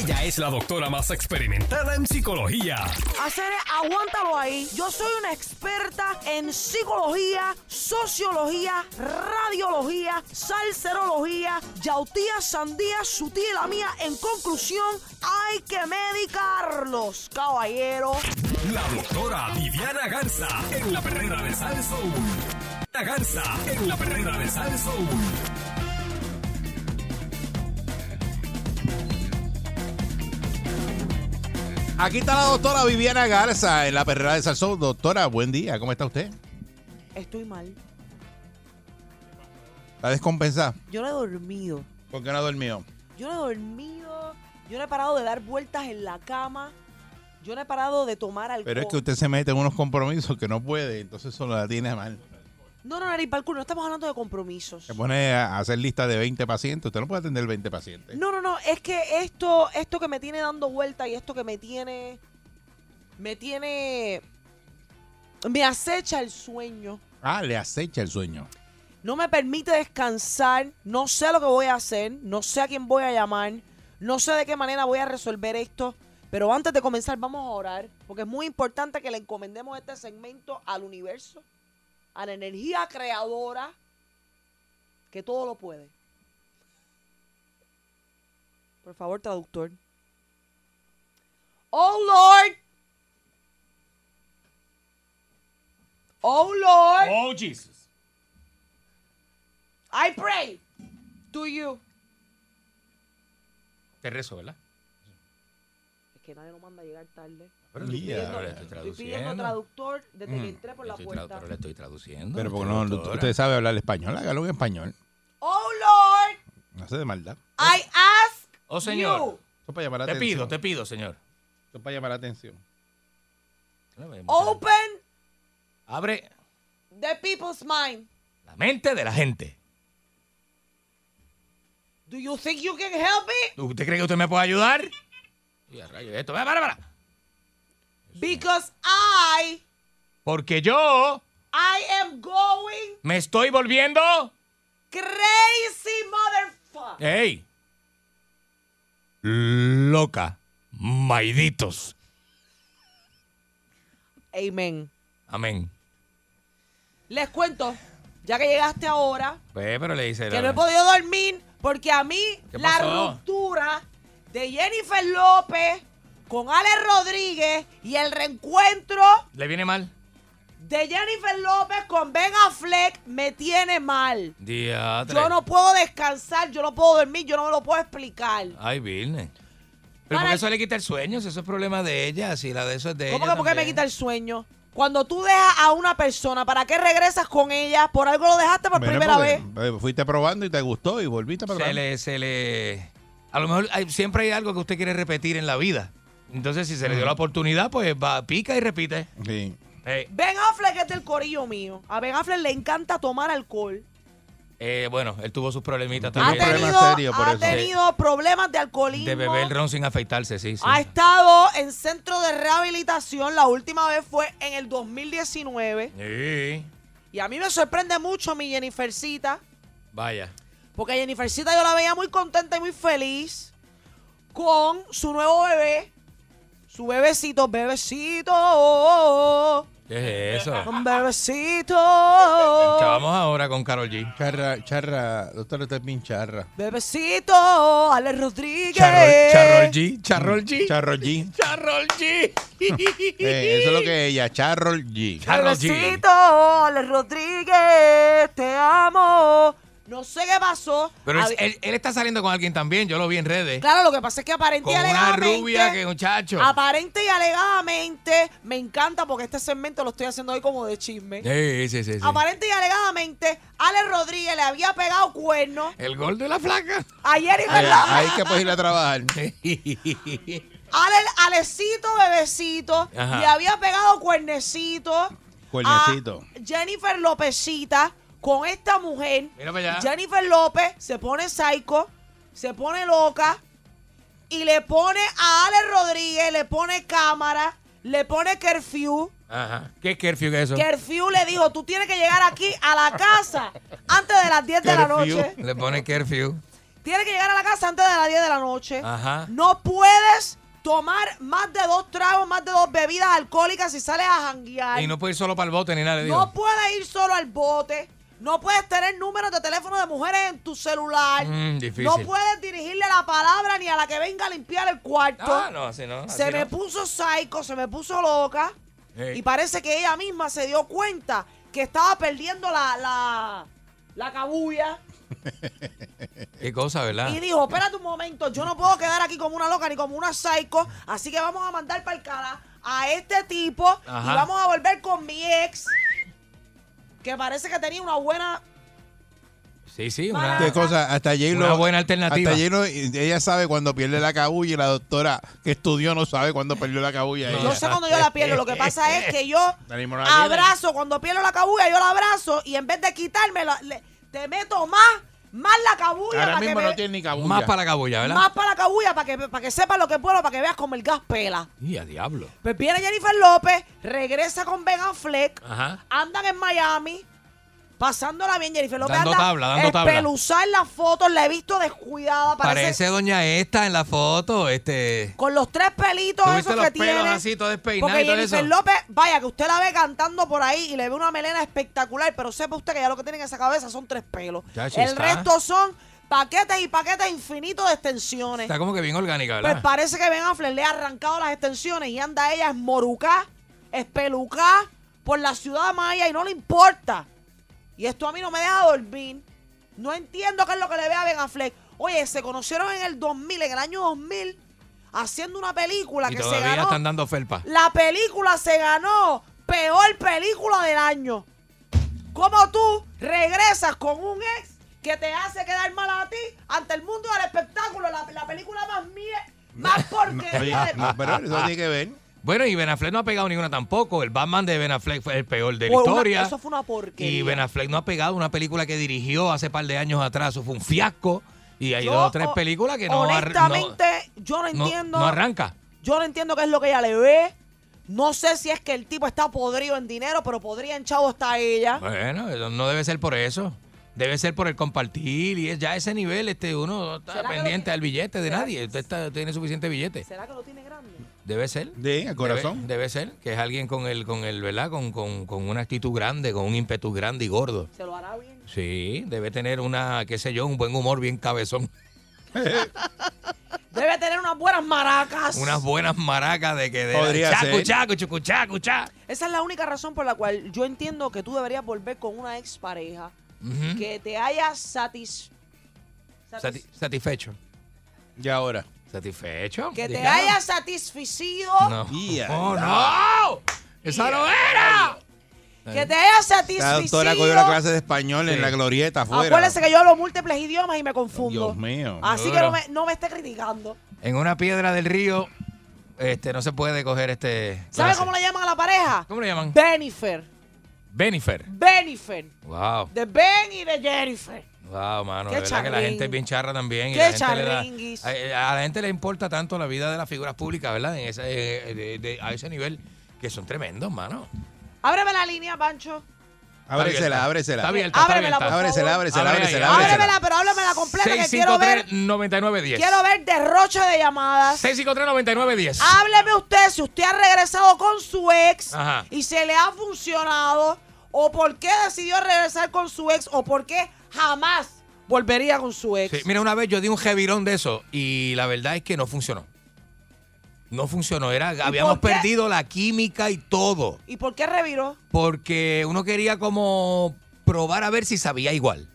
Ella es la doctora más experimentada en psicología. Hacer, aguántalo ahí. Yo soy una experta en psicología, sociología, radiología, salserología, yautía, sandía, su tía y la mía. En conclusión, hay que medicarlos, caballero. La doctora Viviana Garza en la perrera de Salsoul. La Garza en la perrera de Salsoul. Aquí está la doctora Viviana Garza en la perrera de Salsón. Doctora, buen día, ¿cómo está usted? Estoy mal. ¿Está descompensada? Yo no he dormido. ¿Por qué no ha dormido? Yo no he dormido. Yo no he parado de dar vueltas en la cama. Yo no he parado de tomar alcohol. Pero es que usted se mete en unos compromisos que no puede, entonces eso la tiene mal. No, no, Nari Parkour, no estamos hablando de compromisos. Se pone a hacer lista de 20 pacientes, usted no puede atender 20 pacientes. No, no, no, es que esto, esto que me tiene dando vuelta y esto que me tiene, me tiene, me acecha el sueño. Ah, le acecha el sueño. No me permite descansar, no sé lo que voy a hacer, no sé a quién voy a llamar, no sé de qué manera voy a resolver esto, pero antes de comenzar vamos a orar, porque es muy importante que le encomendemos este segmento al universo, a la energía creadora, que todo lo puede. Por favor, traductor. Oh Lord. Oh Lord. Oh, Jesus. I pray to you. Te rezo, ¿verdad? Es que nadie lo manda a llegar tarde. Pero estoy Mira, pidiendo- ahora le estoy Estoy pidiendo traduciendo. traductor desde que entré por Le la estoy tradu- puerta. Pero le estoy traduciendo. Pero porque no, doctora. usted sabe hablar español, hágalo en español. Oh Lord, No hace de maldad. I ask. Oh, señor. You. Eso es para llamar la Te pido, atención. te pido, señor. Eso es para llamar la atención. Open Abre the people's mind. la mente de la gente. Do you think you can help me? ¿Usted cree que usted me puede ayudar? Y a rayos, esto. Para, para, para. Because I, Porque yo I am going me estoy volviendo. crazy, motherfucker. ¡Ey! Loca. Maiditos. Amen. Amén. Les cuento, ya que llegaste ahora, Pues, pero le dice. que no he podido dormir porque a mí ¿Qué la pasó? ruptura de Jennifer López con Ale Rodríguez y el reencuentro Le viene mal. de Jennifer López con Ben Affleck me tiene mal. Diatre. Yo no puedo descansar, yo no puedo dormir, yo no me lo puedo explicar. Ay, Virne. Pero por Para- eso le quita el sueño, si eso es problema de ella, si la de eso es de ¿Cómo ella. que por qué me también. quita el sueño? Cuando tú dejas a una persona, ¿para qué regresas con ella? Por algo lo dejaste por Bueno, primera porque, vez. eh, Fuiste probando y te gustó y volviste para Se atrás. le, se le. Eh, A lo mejor hay- siempre hay algo que usted quiere repetir en la vida. Entonces, si se le dio la oportunidad, pues va, pica y repite. Sí. Eh, Ben Affleck es del corillo mío. A Ben Affleck le encanta tomar alcohol. eh, bueno, él tuvo sus problemitas Tiene Ha también. problemas tenido, serios por ha eso. tenido problemas de alcoholismo. De beber ron sin afeitarse, sí, sí. Ha estado en centro de rehabilitación. La última vez fue en el 2019. Sí. Y a mí me sorprende mucho mi Jennifercita. Vaya. Porque a Jennifercita yo la veía muy contenta y muy feliz con su nuevo bebé. Su bebecito, bebecito. ¿Qué es eso? Un bebecito. Vamos ahora con Carol G. Charra, charra, doctor, usted es bien charra. Bebecito, Ale Rodríguez. Charol, Charol G. Charol G. Charro G. Charol G. Eh, eso es lo que ella, Charro G. Charol G. Bebecito, Ale Rodríguez, te amo. No sé qué pasó. Pero es- Hab- él, él está saliendo con alguien también, yo lo vi en redes. Claro, lo que pasa es que aparente Con y una alegadamente. rubia que, muchacho. Aparente y alegadamente, me encanta porque este segmento lo estoy haciendo hoy como de chisme. Sí, sí, sí. sí. Aparente y alegadamente, Ale Rodríguez le había pegado cuerno El gol de la flaca. ayer y Ahí, verdad. ahí que puedes ir a trabajar. Ale, Alecito, bebecito, Ajá. le había pegado cuernecito. Cuernecito. a Jennifer Lópezita con esta mujer. Mira para allá. Jennifer López se pone psycho, se pone loca y le pone a Ale Rodríguez, le pone cámara, le pone curfew. Ajá. ¿Qué curfew que es eso? Curfew le dijo, tú tienes que llegar aquí a la casa antes de las 10 de la Curfew. noche. Le pone curfew. Tienes que llegar a la casa antes de las 10 de la noche. Ajá. No puedes tomar más de dos tragos, más de dos bebidas alcohólicas si sales a janguear. Y no puede ir solo para el bote ni nada, le digo. No puedes ir solo al bote. No puedes tener números de teléfono de mujeres en tu celular. Mm, difícil. No puedes dirigirle la palabra ni a la que venga a limpiar el cuarto. Ah, no, así no. se así me no. puso psycho, se me puso loca. Ey. Y parece que ella misma se dio cuenta que estaba perdiendo la, la, la cabulla. Qué cosa, Ah. ¿verdad? Y dijo, espérate un momento, yo no puedo quedar aquí como una loca ni como una psycho, así que vamos a mandar para el cara a este tipo Ajá. y vamos a volver con mi ex, que parece que tenía una buena... Sí, sí. Para- Una... Qué cosa, hasta J-Lo- Una buena alternativa. Hasta J-Lo, ella sabe cuando pierde la cabulla y la doctora que estudió no sabe cuando perdió la cabulla. No. Yo ella. sé cuando yo la pierdo, lo que pasa es que yo La limonada tiene. abrazo, cuando pierdo la cabulla, yo la abrazo y en vez de quitarme, te meto más, más la cabulla Ahora para que mismo me- no tiene ni cabulla. Más para la cabulla, ¿verdad? más para la cabulla para que, para que sepas lo que puedo, para que veas como el gas pela. Y a diablo. Pues viene Jennifer López, regresa con Ben Affleck, Ajá. andan en Miami, pasándola bien. Jennifer López Dando anda tabla, dando tabla. espeluzada en las fotos, la he visto descuidada, Parece... parece, doña esta en la foto, este. con los tres pelitos ¿Tú esos viste los que tiene. pelos así, todo despeinado porque y todo Jennifer eso? López, vaya, que usted la ve cantando por ahí y le ve una melena espectacular, pero sepa usted que ya lo que tiene en esa cabeza son tres pelos. Ya, sí El está. resto son paquetes y paquetes infinitos de extensiones. Está como que bien orgánica, Pues ¿verdad? parece que Ben Affleck le ha arrancado las extensiones y anda ella esmorucá, espelucá por la ciudad maya y no le importa. Y esto a mí no me deja dormir. No entiendo qué es lo que le ve a Ben Affleck. Oye, se conocieron en el 2000, en el año 2000, haciendo una película y que se todavía ganó. están dando felpa. La película se ganó peor película del año. ¿Cómo tú regresas con un ex que te hace quedar mal a ti ante el mundo del espectáculo? La, la película más mía, más Oye, porquería de no, pero eso tiene que ver. Bueno, y Ben Affleck no ha pegado ninguna tampoco. El Batman de Ben Affleck fue el peor de la Fue Pues una- historia. eso fue una porquería. Y Ben Affleck no ha pegado una película que dirigió hace par de años atrás. Eso fue un fiasco. Y hay Yo, dos o tres o- películas que no, ar- no- Honestamente, yo no no- entiendo. no arranca. Yo no entiendo qué es lo que ella le ve. No sé si es que el tipo está podrido en dinero, pero podría en chavo está ella. Bueno, eso no debe ser por eso. Debe ser por el compartir y es ya ese nivel, este uno no está ¿Será que lo pendiente tiene? al billete de ¿Será nadie. Usted está- tiene suficiente billete. ¿Será que lo tiene grande? Debe ser. Sí, al corazón. Debe, debe ser que es alguien con el, con el, ¿verdad? Con, con, con una actitud grande, con un ímpetu grande y gordo. Se lo hará bien. Sí, debe tener una, qué sé yo, un buen humor bien cabezón. Debe tener unas buenas maracas. Unas buenas maracas de que de Podría chacu, ser. chacu, chucu, chacu, cha. Esa es la única razón por la cual yo entiendo que tú deberías volver con una expareja Ujú. que te haya satis... satis- Sati- satisfecho. Y ahora. ¿Satisfecho? que te Dígalo. haya satisficido, No. Ya. ¡Oh, no! ¡Esa no era! que te haya La satisficido. doctora cogió la clase de español Sí. Ah, en la glorieta afuera. Acuérdese que yo hablo múltiples idiomas y me confundo. Dios mío. Así que Duro. no me, no me esté criticando. En una piedra del río, este, no se puede coger este. ¿Sabe clase. cómo le llaman a la pareja? ¿Cómo le llaman? Benifer. Benifer. Benifer. Wow. De Ben y de Jennifer. Wow, mano. Qué De verdad que la charrín. gente es bien charra también. y Qué la gente le da- charringuis. a, a la gente le importa tanto la vida de las figuras públicas, ¿verdad? En ese, eh, de- de- a ese nivel, que son tremendos, mano. Ábreme la línea, Pancho. Ábresela, Está abierta. ábresela. Está abierta, está Ábremela, abierta. por Ábresela, favor. ábresela, Abre ahí, ábresela, ábrela. ábresela. Ábremela, pero háblamela completa que quiero ver, 653-9910. quiero ver derroche de llamadas. 653-9910. Hábleme usted si usted ha regresado con su ex Ajá. y se le ha funcionado o por qué decidió regresar con su ex o por qué jamás volvería con su ex. Sí, mira, una vez yo di un jevirón de eso y la verdad es que no funcionó. No funcionó. Era, habíamos por qué? perdido la química y todo. ¿Y por qué reviró? Porque uno quería como probar a ver si sabía igual.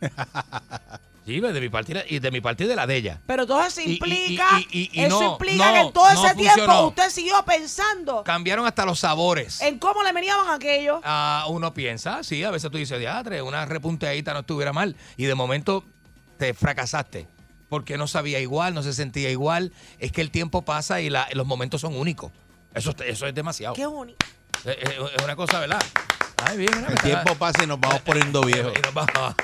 Sí, pues, de mi parte y de mi parte y de la de ella. Pero entonces Y- y- implica, y- y- y- y eso no, implica no, que en todo no ese tiempo funcionó. usted siguió pensando Cambiaron hasta los sabores. en cómo le venían aquello. Ah, uno piensa, sí, a veces tú dices, diatre, una repunteadita no estuviera mal. Y de momento te fracasaste. Porque no sabía igual, no se sentía igual. Es que el tiempo pasa y la- los momentos son únicos. Eso, eso es demasiado. Qué bonito. Eh, eh, Es, una cosa, ¿verdad? Ay, bien, mira, El mira. tiempo pasa y nos vamos poniendo viejos. Y nos vamos.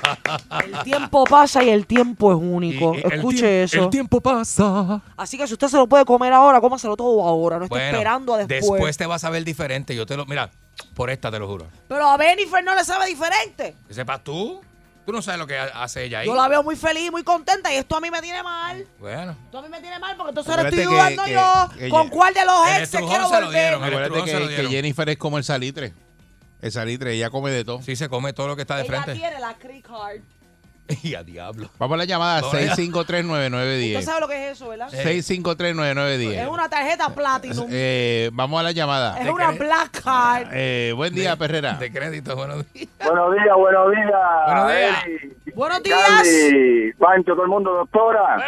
El tiempo pasa y el tiempo es único. Y- y el Escuche tiemp- eso. El tiempo pasa. Así que si usted se lo puede comer ahora, cómaselo todo ahora. No esté Bueno, esperando a después. después te vas a ver diferente. Yo te lo. Mira, por esta te lo juro. Pero a Benifer no le sabe diferente. Que sepas tú. Tú no sabes lo que ha- hace ella ahí. Yo la veo muy feliz, muy contenta y esto a mí me tiene mal. Bueno. Esto a mí me tiene mal porque entonces ahora estoy Acuérdate dudando que- yo que- que con ella- cuál de los En el exes Trujón quiero se lo volver. dieron. Acuérdate Estrujón se lo que, que dieron. Jennifer es como el salitre. El salitre, ella come de todo. Sí se come todo lo que está de Ella frente. tiene la Creek Hard. Y a diablo. Vamos a la llamada Vamos allá. Usted 6539910. sabe lo que es eso, Eh. ¿verdad? 6539910. Es una tarjeta Platinum. Eh, vamos a la llamada. es una cre- Black Card. Eh, buen día, Perrera. De crédito, buenos días. Buenos días, buenos días. Buenos días. Eri, Buenos días. Candy, Pancho, todo el mundo, doctora.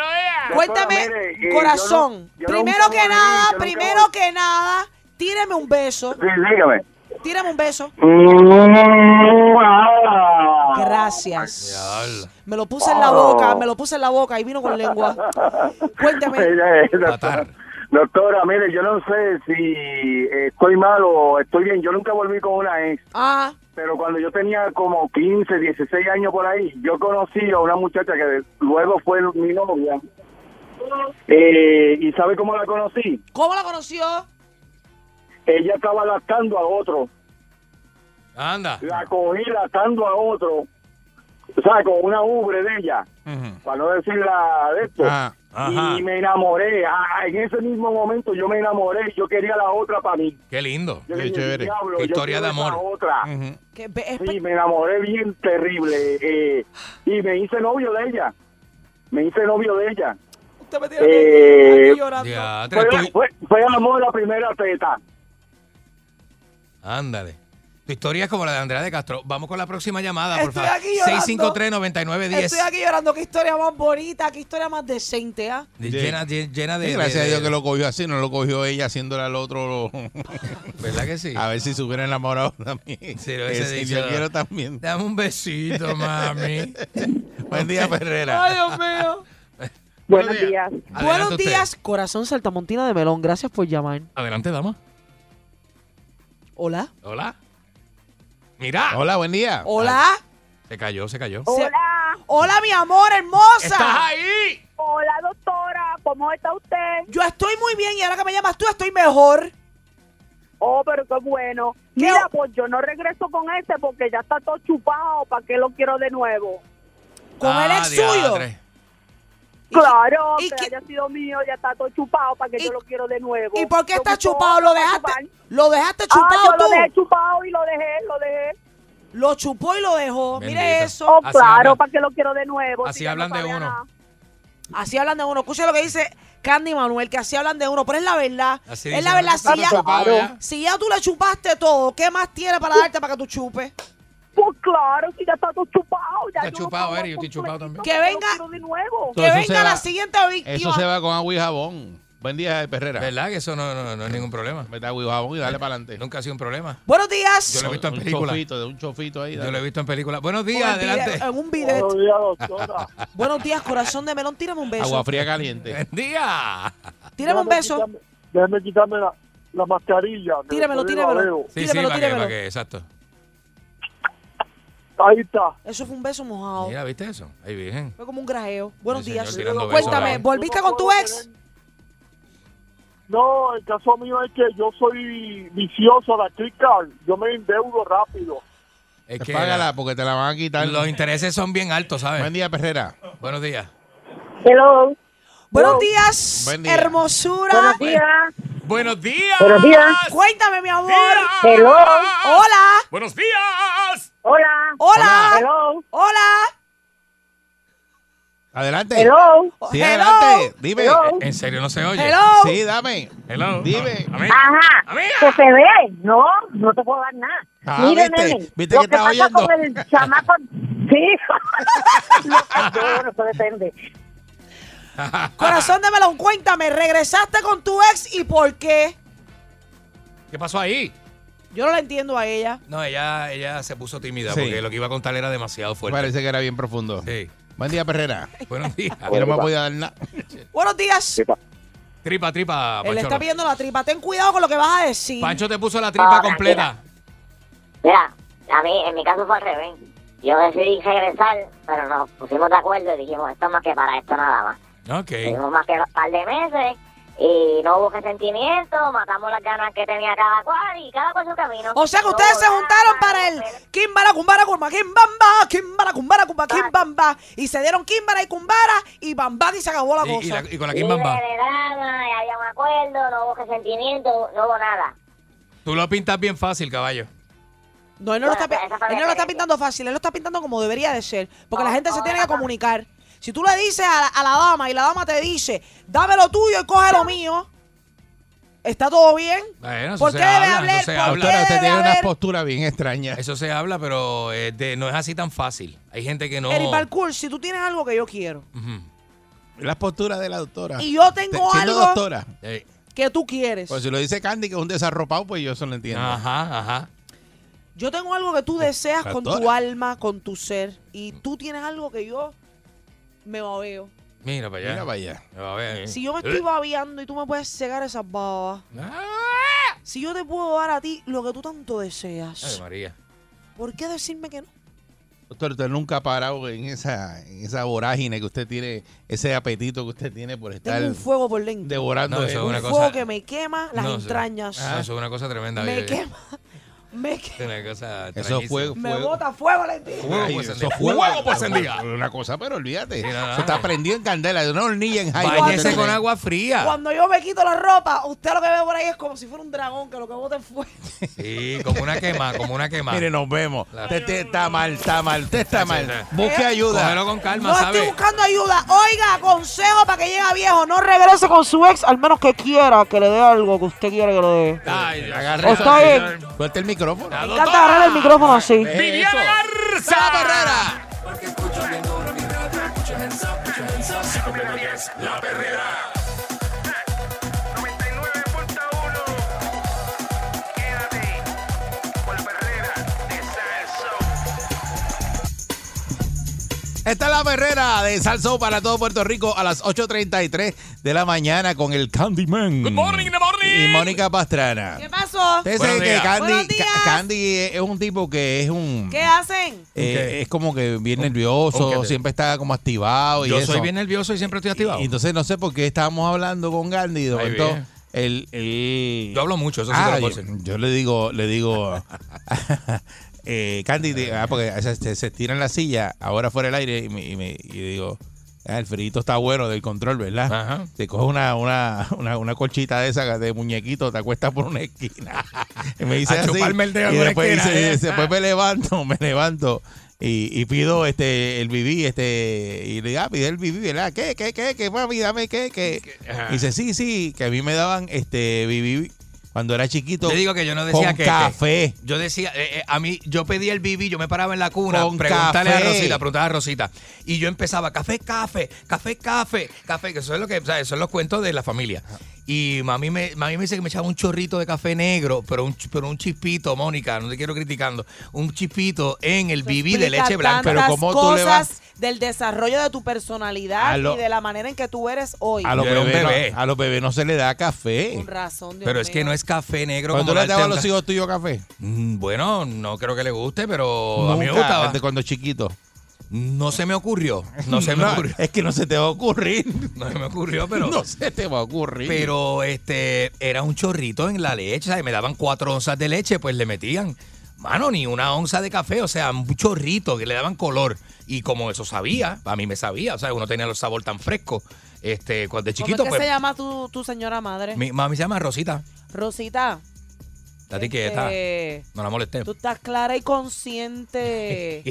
Cuéntame, Doctora, mire, eh, corazón. yo no- yo primero nunca que volví, yo nada, nunca primero volví. que nada, tíreme un beso. Sí, dígame. Tírame un beso. Gracias. Diablo. Me lo puse en la boca, me lo puse en la boca y vino con lengua. Cuéntame. Mira, eh, doctora, Matar. doctora, mire, yo no sé si eh, estoy mal o estoy bien. Yo nunca volví con una ex, Ah, pero cuando yo tenía como 15, 16 años por ahí, yo conocí a una muchacha que luego fue mi novia. Eh, ¿Y sabe cómo la conocí? ¿cómo la conoció? Ella estaba lactando a otro. Anda. La cogí lactando a otro. O sea, con una ubre de ella, Ujú. para no decir la de esto. Ah, ajá. Y me enamoré. Ah, en ese mismo momento yo me enamoré. Yo quería la otra para mí. Qué lindo. Yo Qué dije, chévere. "Diablo, Qué yo historia quiero de esa amor". Otra. Ujú. Que ve- espe- Sí, me enamoré bien terrible. eh, y me hice novio de ella. Me hice novio de ella. Usted me tiene aquí- Eh, aquí llorando. Diatre, Fue, tu- fue, fue el amor a la primera teta. Ándale. Tu historia es como la de Andrea de Castro. Vamos con la próxima llamada, por Estoy favor. aquí llorando. 653-9910. Estoy aquí llorando. Qué historia más bonita, qué historia más decente, ¿ah? Llena, lle- llena de. Sí, gracias de- a Dios de- que lo cogió así, no lo cogió ella haciéndole al otro. lo- ¿Verdad que sí? A ver si se hubiera enamorado también. Sí, lo hubiese Ese dicho. yo quiero también. Dame un besito, mami. Buen día, Ferrera. Ay, Dios mío. Buenos días. Adelante Buenos usted. días, corazón saltamontina de melón. Gracias por llamar. Adelante, dama. Hola. Hola. Mira. Ah, Hola, buen día. Hola. Se cayó, se cayó. Se- Hola, Hola, mi amor hermosa. ¡Estás ahí! hola doctora, ¿cómo está usted? Yo estoy muy bien y ahora que me llamas tú estoy mejor. Oh, pero qué bueno. ¿Qué? Mira, pues yo no regreso con este porque ya está todo chupado, ¿para qué lo quiero de nuevo? Con el Ah, ex suyo. diatre. ¿Y qué- Claro, y que qué- haya sido mío, ya está todo chupado, ¿para que ¿Y- yo lo quiero de nuevo? ¿Y por qué Yo está me puedo chupado? ¿Lo chupar. dejaste, lo dejaste ah, chupado yo lo dejé tú? chupado y lo dejé, lo dejé. Lo chupó y lo dejó. Mire Bendito. Oh, eso. Así claro, hablan. ¿para que lo quiero de nuevo? Así ya no hablan de sabe a uno. nada. Así hablan de uno. Escucha lo que dice Candy Manuel, que así hablan de uno, pero es la verdad. Así es dicen, la verdad. ¿no? Si ya, Chupado ya. si ya tú le chupaste todo, ¿qué más tiene para darte para que tú chupes? Pues claro, si ya está todo chupado. Ya Está yo chupado, puedo Eri, yo estoy chupado completo, también. Que pero venga- quiero de nuevo. Todo que eso se venga va- la siguiente víctima. Eso se va con agua y jabón. Buen día, Perrera. ¿Verdad que eso no, no, no es ningún problema? Mete agua y jabón y dale para adelante. Nunca ha sido un problema. Buenos días. Yo lo he visto en Un película. chofito, de un chofito ahí. Yo dale. lo he visto en películas. Buenos Con días, el bidet- adelante. En un bidet. Buenos días, doctora. Buenos días, corazón de melón. Tírame un beso. Agua fría caliente. Buen día. Tírame un Déjame beso. quitarme- Déjame quitarme la, la mascarilla. que Tíramelo, estoy en la tíramelo. veo. Sí, sí, Tíramelo, para que, tíramelo. para que, exacto. Ahí está. Eso fue un beso mojado. Mira, ¿viste eso? Ahí, virgen. Fue como un grajeo. Buenos Sí, días. señor, tirando besos, Cuéntame, ¿verdad? ¿volviste Yo no con tu puedo ex? tener- No, el caso mío es que yo soy vicioso a la click card. Yo me endeudo rápido. Es que Págala porque te la van a quitar. los intereses son bien altos, Buen ¿sabes? día, Perrera. Buenos días. Hello. Buenos días, Buen día. hermosura. Buenos días. Buenos días. Buenos días. Cuéntame, mi amor. Hello. Hola. Buenos días. Hola. Hola. Hello. Hola. Adelante. Hello. Sí, Hello. adelante. Dime. Hello. ¿En serio no se oye? Hello. Sí, dame. Hello. Dime. Amiga. Ajá. Que Amiga. se ve. No, no te puedo dar nada. Ah, Mire, viste, nene, viste lo que que, estaba pasa oyendo. con el chamaco... Sí. no, ay, no, bueno, eso depende. Corazón de melón, cuéntame, ¿regresaste con tu ex y por qué? ¿Qué pasó ahí? Yo no la entiendo a ella. No, ella, ella se puso tímida Sí. porque lo que iba a contar era demasiado fuerte. Parece que era bien profundo. Sí. Buen día, Perrera. Buenos días. Yo no me podía dar nada. Buenos días. Tripa, tripa, Él le está Pancholo. pidiendo la tripa. Ten cuidado con lo que vas a decir. Pancho te puso la tripa Ahora, completa. Mira, a mí, en mi caso fue al revés. Yo decidí regresar, pero nos pusimos de acuerdo y dijimos, esto es más que para esto nada más. Ok. Tuvimos más que un par de meses y no hubo resentimiento, matamos las ganas que tenía cada cual y cada cual su camino. O sea que ustedes se juntaron para el Kimbara Kumbara Kumba Kimbamba, Kimbara Kumbara Kumba Kimbamba y se dieron Kimbara y Kumbara y Bambam y se acabó la Y, y cosa. la- y con la Libre quimbamba. de drama, y había un acuerdo, no hubo resentimiento, no hubo nada. Tú lo pintas bien fácil, caballo. No, él no, lo está, pi- Bueno, esa fue la él no lo está diferencia. pintando fácil, él lo está pintando como debería de ser, porque la No, gente se no, tiene no, que no. comunicar. Si tú le dices a la, a la dama y la dama te dice, dame lo tuyo y coge lo mío, ¿está todo bien? Bueno, eso ¿Por se qué habla, debe hablar? eso se ¿Por habla. qué Doctora, usted debe tiene una haber postura bien extraña. Eso se habla, pero eh, de- no es así tan fácil. Hay gente que no. Eri Parkour, si tú tienes algo que yo quiero Ujú. La postura de la doctora. y yo tengo Siendo algo doctora. Eh, que tú quieres, Pues si lo dice Candy, que es un desarropado, pues yo eso lo entiendo. Ajá, ajá. yo tengo algo que tú deseas con tu Doctora. alma, con tu ser, y tú tienes algo que yo me babeo. Mira para allá. Mira para allá. A ver, eh. Si yo me estoy babeando y tú me puedes cegar esas babas, Ah. si yo te puedo dar a ti lo que tú tanto Ay, deseas, María. ¿por qué decirme que no? Doctor, usted nunca ha parado en esa, en esa vorágine que usted tiene, ese apetito que usted tiene por estar Tengo un fuego por dentro. devorando No, eso. eso es un una fuego cosa- que me quema las No, eso- entrañas. Ah, eso es una cosa tremenda. me oye, oye. quema. Me quema. Es Una cosa Eso es extrañísima. fuego. Me fuego. bota fuego la entidad. Fuego, Ay, pues, eso en día. fuego, Fuego, pues, en eso día. es Una cosa, pero olvídate. Sí, no, no. Se está prendido en candela de una hornilla en high. Báñese con agua fría. Cuando yo me quito la ropa, usted lo que ve por ahí es como si fuera un dragón que lo que bota es fuego. Sí, como una quema, como una quema. Mire, nos vemos. Claro. Usted te- está mal, está mal, usted está mal. Busque Eh, ayuda. Cógelo con calma, No estoy ¿sabe? buscando ayuda. Oiga, consejo para que llegue a viejo. No regrese con su ex, al menos que quiera que le dé algo que usted quiera que le dé. Ay, Dios. Agarre. Está bien. Suelte el micrófono. Me encanta agarrar el micrófono Ah, así. Eh, Viviana Garza. Ah. Barrera. Esta es la Barrera de Salso para todo Puerto Rico a las 8.33 de la mañana con el Candyman. Good morning, good morning. Y Mónica Pastrana. ¿Qué pasó? Ustedes Buenos saben que días. Candy, Buenos días. Ca- Candy es es un tipo que es un... ¿Qué hacen? eh, Ok. Es como que bien nervioso, ok. siempre está como activado. Y Yo eso. soy bien nervioso y siempre estoy activado. Y entonces no sé por qué estábamos hablando con Gandhi y de Ahí momento viene. el, el- Yo hablo mucho, eso sí Ah, te lo puedo yo, decir. yo le digo, le digo eh, Candy, di- ah, porque se, se- se estira en la silla, ahora fuera el aire, y me, y me- y digo, ah, el frito está bueno del control, ¿verdad? Ajá. Te coges una, una, una, una colchita de esa de muñequito, te acuestas por una esquina. Y me dice A así. chuparme el dedo en y una después esquina, dice, "Pues ¿eh? después me levanto, me levanto. Y Y, y pido este el BB, este, y le digo, ah, pide el BB, ¿verdad? ¿Qué, qué, qué, qué, mami, dame qué, qué? Ajá. Y dice, sí, sí, que a mí me daban este BB cuando era chiquito. Te digo que yo no decía con que. este, café. Yo decía, eh, eh, a mí, yo pedía el bibi, yo me paraba en la cuna, Con preguntarle café. a Rosita, preguntarle a Rosita. Y yo empezaba, café, café, café, café, café, que eso es lo que, o sea, eso es los cuentos de la familia. Y mami me, mami me dice que me echaba un chorrito de café negro, pero un, ch- pero un chispito, Mónica, no te quiero criticando, un chispito en el bibi de leche blanca. Pero como cosas del desarrollo de tu personalidad A lo- y de la manera en que tú eres hoy. A los, Yo era un bebés, bebé. No, a los bebés no se le da café. Con razón, Dios Pero es que mío. no es café negro ¿Cuándo como le darte daban un a los ca- hijos tuyos café? Mm, Bueno, no creo que le guste, pero Oh, a mí me Nunca, gustaba. desde cuando chiquito. No se me ocurrió, no se me ocurrió. Es que no se te va a ocurrir. No se me ocurrió, pero... No se te va a ocurrir. Pero este era un chorrito en la leche, ¿sabes? Me daban cuatro onzas de leche, pues le metían, mano, ni una onza de café, o sea, un chorrito que le daban color. Y como eso sabía, a mí me sabía, o sea, uno tenía el sabor tan fresco. Este, cuando de chiquito, ¿Cómo es que pues. se llama tu, tu señora madre? Mi mami se llama Rosita. Rosita. Date quieta. eh, No la molesté. Tú estás clara y consciente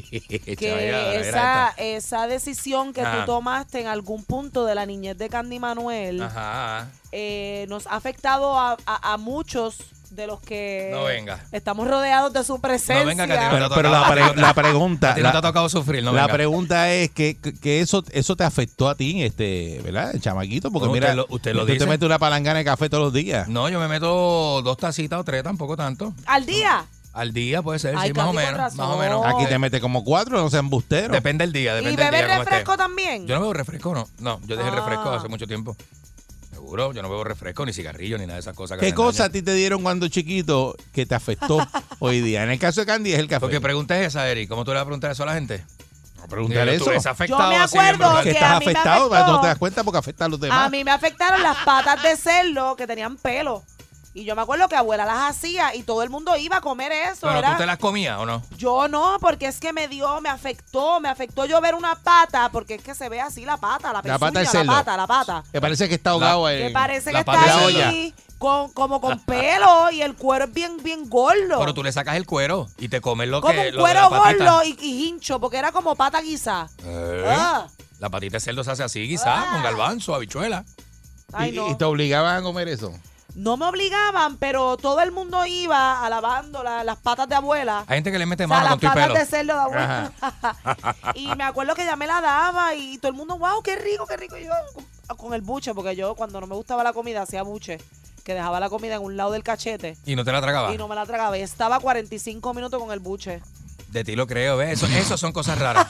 Chava, era que esa, esta. Ah. esa decisión que Ajá. tú tomaste en algún punto de la niñez de Candy Manuel Ajá. eh, nos ha afectado a, a- a muchos de los que No venga. estamos rodeados de su presencia. No venga, que a ti no te ha Pero, pero la, tocado. pre- la pregunta. A ti no la, te ha tocado sufrir, no la venga. pregunta es que, que eso, eso te afectó a ti, este, ¿verdad? chamaquito, porque No, mira, usted lo- usted lo tú dice. te metes una palangana de café todos los días. No, yo me meto dos tacitas o tres, tampoco tanto. Al día. Al día puede ser, Ay, sí, más o Candy, con menos. Más o razón. menos. Aquí te metes como cuatro, no seas embustero. Depende del día, depende ¿Y del beber día. cómo esté. refresco también? Yo no bebo refresco, no. No, yo dejé el refresco Ah. hace mucho tiempo. Seguro, yo no bebo refresco, ni cigarrillo, ni nada de esas cosas. que ¿Qué hacen cosa a daño. ti te dieron cuando chiquito que te afectó hoy día? En el caso de Candy es el café. Porque pregunta es esa, Eric. ¿Cómo tú le vas a preguntar eso a la gente? No preguntar Digo, eso. ¿Tú eres afectado Yo me así bien acuerdo brutal? que que estás a mí me afectado, afectó. no te das cuenta porque afecta a los demás. A mí me afectaron las patas de cerdo que tenían pelo. Y yo me acuerdo que abuela las hacía y todo el mundo iba a comer eso, Pero ¿verdad? tú te las comías o no. Yo no, porque es que me dio, me afectó, me afectó yo ver una pata, porque es que se ve así la pata, la pezuña, La la pata del la cerdo. pata, la pata. Me parece que está ahogado Que en parece que la pata está del cerdo. ahí con, como con pelo y el cuero es bien, bien gordo. Pero tú le sacas el cuero y te comes lo como que. un lo de la cuero patita. gordo y, y hincho, porque era como pata guisa. Eh, Ah, La patita de cerdo se hace así, quizás, Ah. con galbanzo, habichuela. ay, Y- no. y, te obligaban a comer eso. No me obligaban, pero todo el mundo iba alabando la- las patas de abuela. Hay gente que le mete O sea, mano las con tu patas pelo. de cerdo de abuela. y me acuerdo que ya me la daba y todo el mundo, wow, qué rico, qué rico. Y Yo con, con el buche, porque yo cuando no me gustaba la comida hacía buche, que dejaba la comida en un lado del cachete Y no te la tragaba. y no me la tragaba. Y estaba 45 minutos con el buche. De ti lo creo, ¿ves? Eso, eso son cosas raras.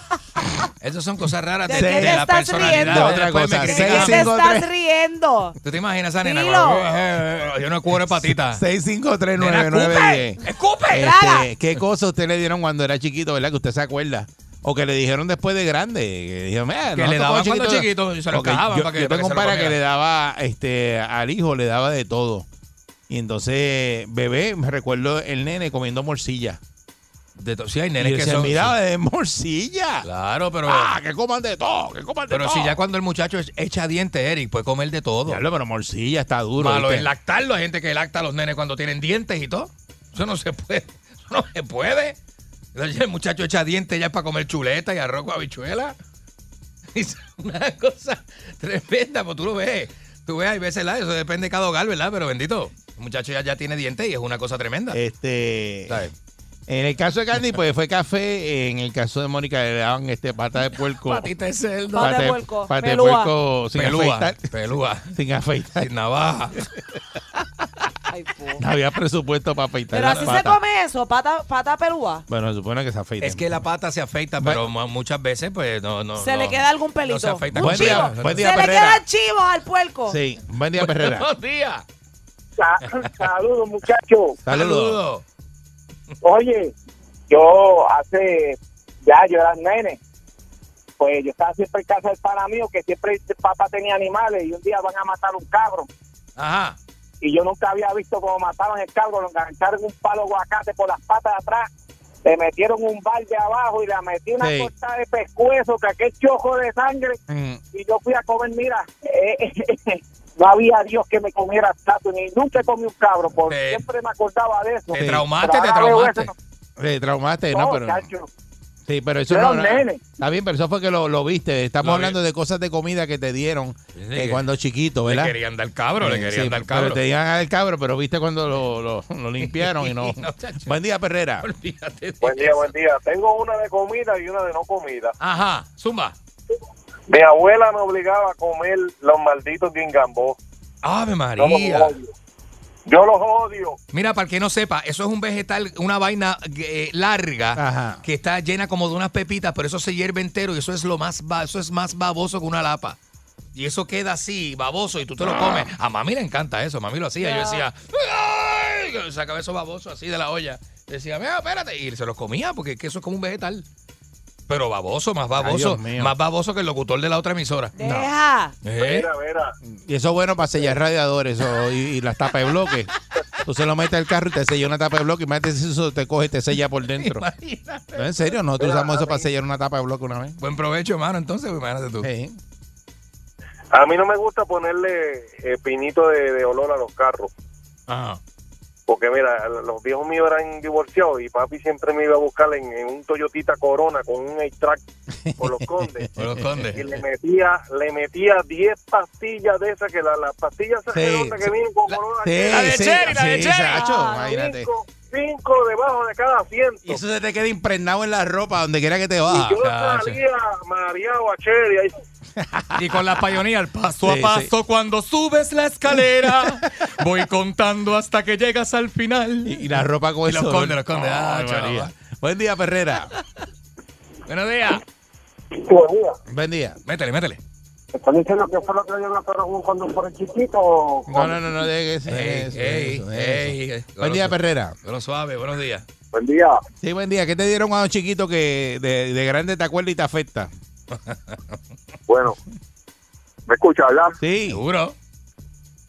Eso son cosas raras de, ¿De qué de te la estás personalidad. riendo? De otra Después me cosa. ¿De Seis, qué criticaban. te cinco, estás tres. riendo? ¿Tú te imaginas esa nena? Dilo. Como, eh, Yo no cuero patita. Nena, escupe, 6539910. escupe. Este, ¿Qué cosa usted le dieron cuando era chiquito, verdad? Que usted se acuerda. O que le dijeron después de grande. Que, dijeron, "Mira, Que nosotros le daban como cuando chiquito y se lo Ok, encajaban yo, para que- yo para tengo que un se lo pana que comiera. le daba este, al hijo, le daba de todo. Y entonces, bebé, me recuerdo el nene comiendo morcilla. De to- sí, hay Y nenes yo que decía, son. mira, de morcilla. Claro, pero. eh, Ah, que coman de todo, que coman de pero todo. si ya cuando el muchacho es- echa dientes, Eric, puede comer de todo. Diablo, pero morcilla está duro. Malo ¿viste? es lactarlo. Hay gente que lacta a los nenes cuando tienen dientes y todo. Eso no se puede. Eso no se puede. Entonces, El muchacho echa dientes ya para comer chuleta y arroz con habichuela. Es una cosa tremenda, pues tú lo ves. Tú ves, hay veces, ¿verdad? eso depende de cada hogar, ¿verdad? Pero bendito, el muchacho ya, ya tiene dientes y es una cosa tremenda. Este. ¿Sabes? En el caso de Candy, pues fue café. En el caso de Mónica, le daban este pata de puerco. Patita de cerdo. Pata de puerco, Pata de pelúa. puerco sin Pelúa. afeitar. Pelúa. Sin afeitar. Sin navaja. Ay, po. No había presupuesto para afeitar Pero las así se patas. come eso, pata, pata pelúa. Bueno, se supone que se afeita. Es que la pata se afeita, pero mu- muchas veces, pues no. no se le no- queda algún No pelito. se afeita. Un Buen día, chivo. buen día, se le Perrera. quedan chivos al puerco. Sí. Buen día, Perrera. Buenos días. Sa- Saludos, muchachos. Saludos. Saludos. Oye, yo hace, ya yo era nene, pues yo estaba siempre en casa del pana mío, que siempre el papá tenía animales y un día van a matar un cabro. Ajá. Y yo nunca había visto cómo mataron el cabro, lo engancharon un palo aguacate por las patas de atrás, le metieron un balde abajo y le metí una Sí. cortada de pescuezo, que aquel chojo de sangre, Mm. y yo fui a comer, mira, eh, no había Dios que me comiera tanto, ni nunca comí un cabro, porque Te- siempre me acordaba de eso. Te Sí. traumaste, te Pero ahora veo traumaste. eso, Te Eh, traumaste, no, ¿no? Pero. chacho. Sí, pero eso Yo no. era un era- nene. Está bien, pero eso fue que lo, lo viste. Estamos Lo vi. hablando de cosas de comida que te dieron eh, que- cuando chiquito, Le ¿verdad? querían dar cabro, Ah, le Eh, Sí, querían dar Pero cabro. te iban a dar cabro, pero viste cuando lo, lo- lo limpiaron y no. No, chacho. Buen día, Perrera. Olvídate de Buen día, eso. buen día. Tengo una de comida y una de no comida. Ajá, zumba. Mi abuela me obligaba a comer los malditos guingambos. Yo Ave los María. odio. Yo los odio. Mira, para el que no sepa, eso es un vegetal, una vaina eh, larga Ajá. que está llena como de unas pepitas, pero eso se hierve entero y eso es lo más ba- eso es más baboso que una lapa. Y eso queda así, baboso, y tú te lo comes. A mami le encanta eso, mami lo hacía. Yo decía, ¡ay! Sacaba esos babosos así de la olla. Decía, mira, espérate. Y se los comía porque es que eso es como un vegetal. Pero baboso, más baboso, Dios mío. más baboso que el locutor de la otra emisora. Deja. ¿Eh? Mira, mira. Y eso es bueno para sellar radiadores o- y, y las tapas de bloque. Tú se lo metes al carro y te sella una tapa de bloque y más de eso te coge y te sella por dentro. Imagínate. No, en serio, nosotros usamos eso para sellar una tapa de bloque una vez. Buen provecho, hermano. Entonces, pues, imagínate tú. Sí. A mí no me gusta ponerle eh, pinito de, de olor a los carros. Ajá. Porque mira, los viejos míos eran divorciados y papi siempre me iba a buscar en, en un Toyotita Corona con un A-Track por los condes. Por los y condes. le metía le metía 10 pastillas de esas que la- las pastillas esas Sí, redondas que sí. vienen con La- corona Sí, La de sí, Cherry, la de sí, Cherry. Sacho, Ah, imagínate. cinco, cinco debajo de cada asiento Y eso se te queda impregnado en la ropa donde quiera que te vas. yo Sacho. salía mareado a Cherry ahí Y con la payonía, paso Sí, a paso, cuando subes la escalera, voy contando hasta que llegas al final. Y, y la ropa con Y los eso. condes, los condes. Ah, Ay, chaval. María. Buen día, Perrera. Buenos días. Ah, Buen día. Métele, métele. ¿Están diciendo que fue lo que le dieron a Pedro Juan cuando fue chiquito? o- No, no, no, no dejes eso, Ey, eso, ey, eso, ey, eso. ey. Buen día, Perrera. Pero suave, buenos días. buen día Sí, buen día. ¿Qué te dieron a los chiquitos que de, de grande te acuerdas y te afecta? bueno me escucha hablar Sí. Seguro.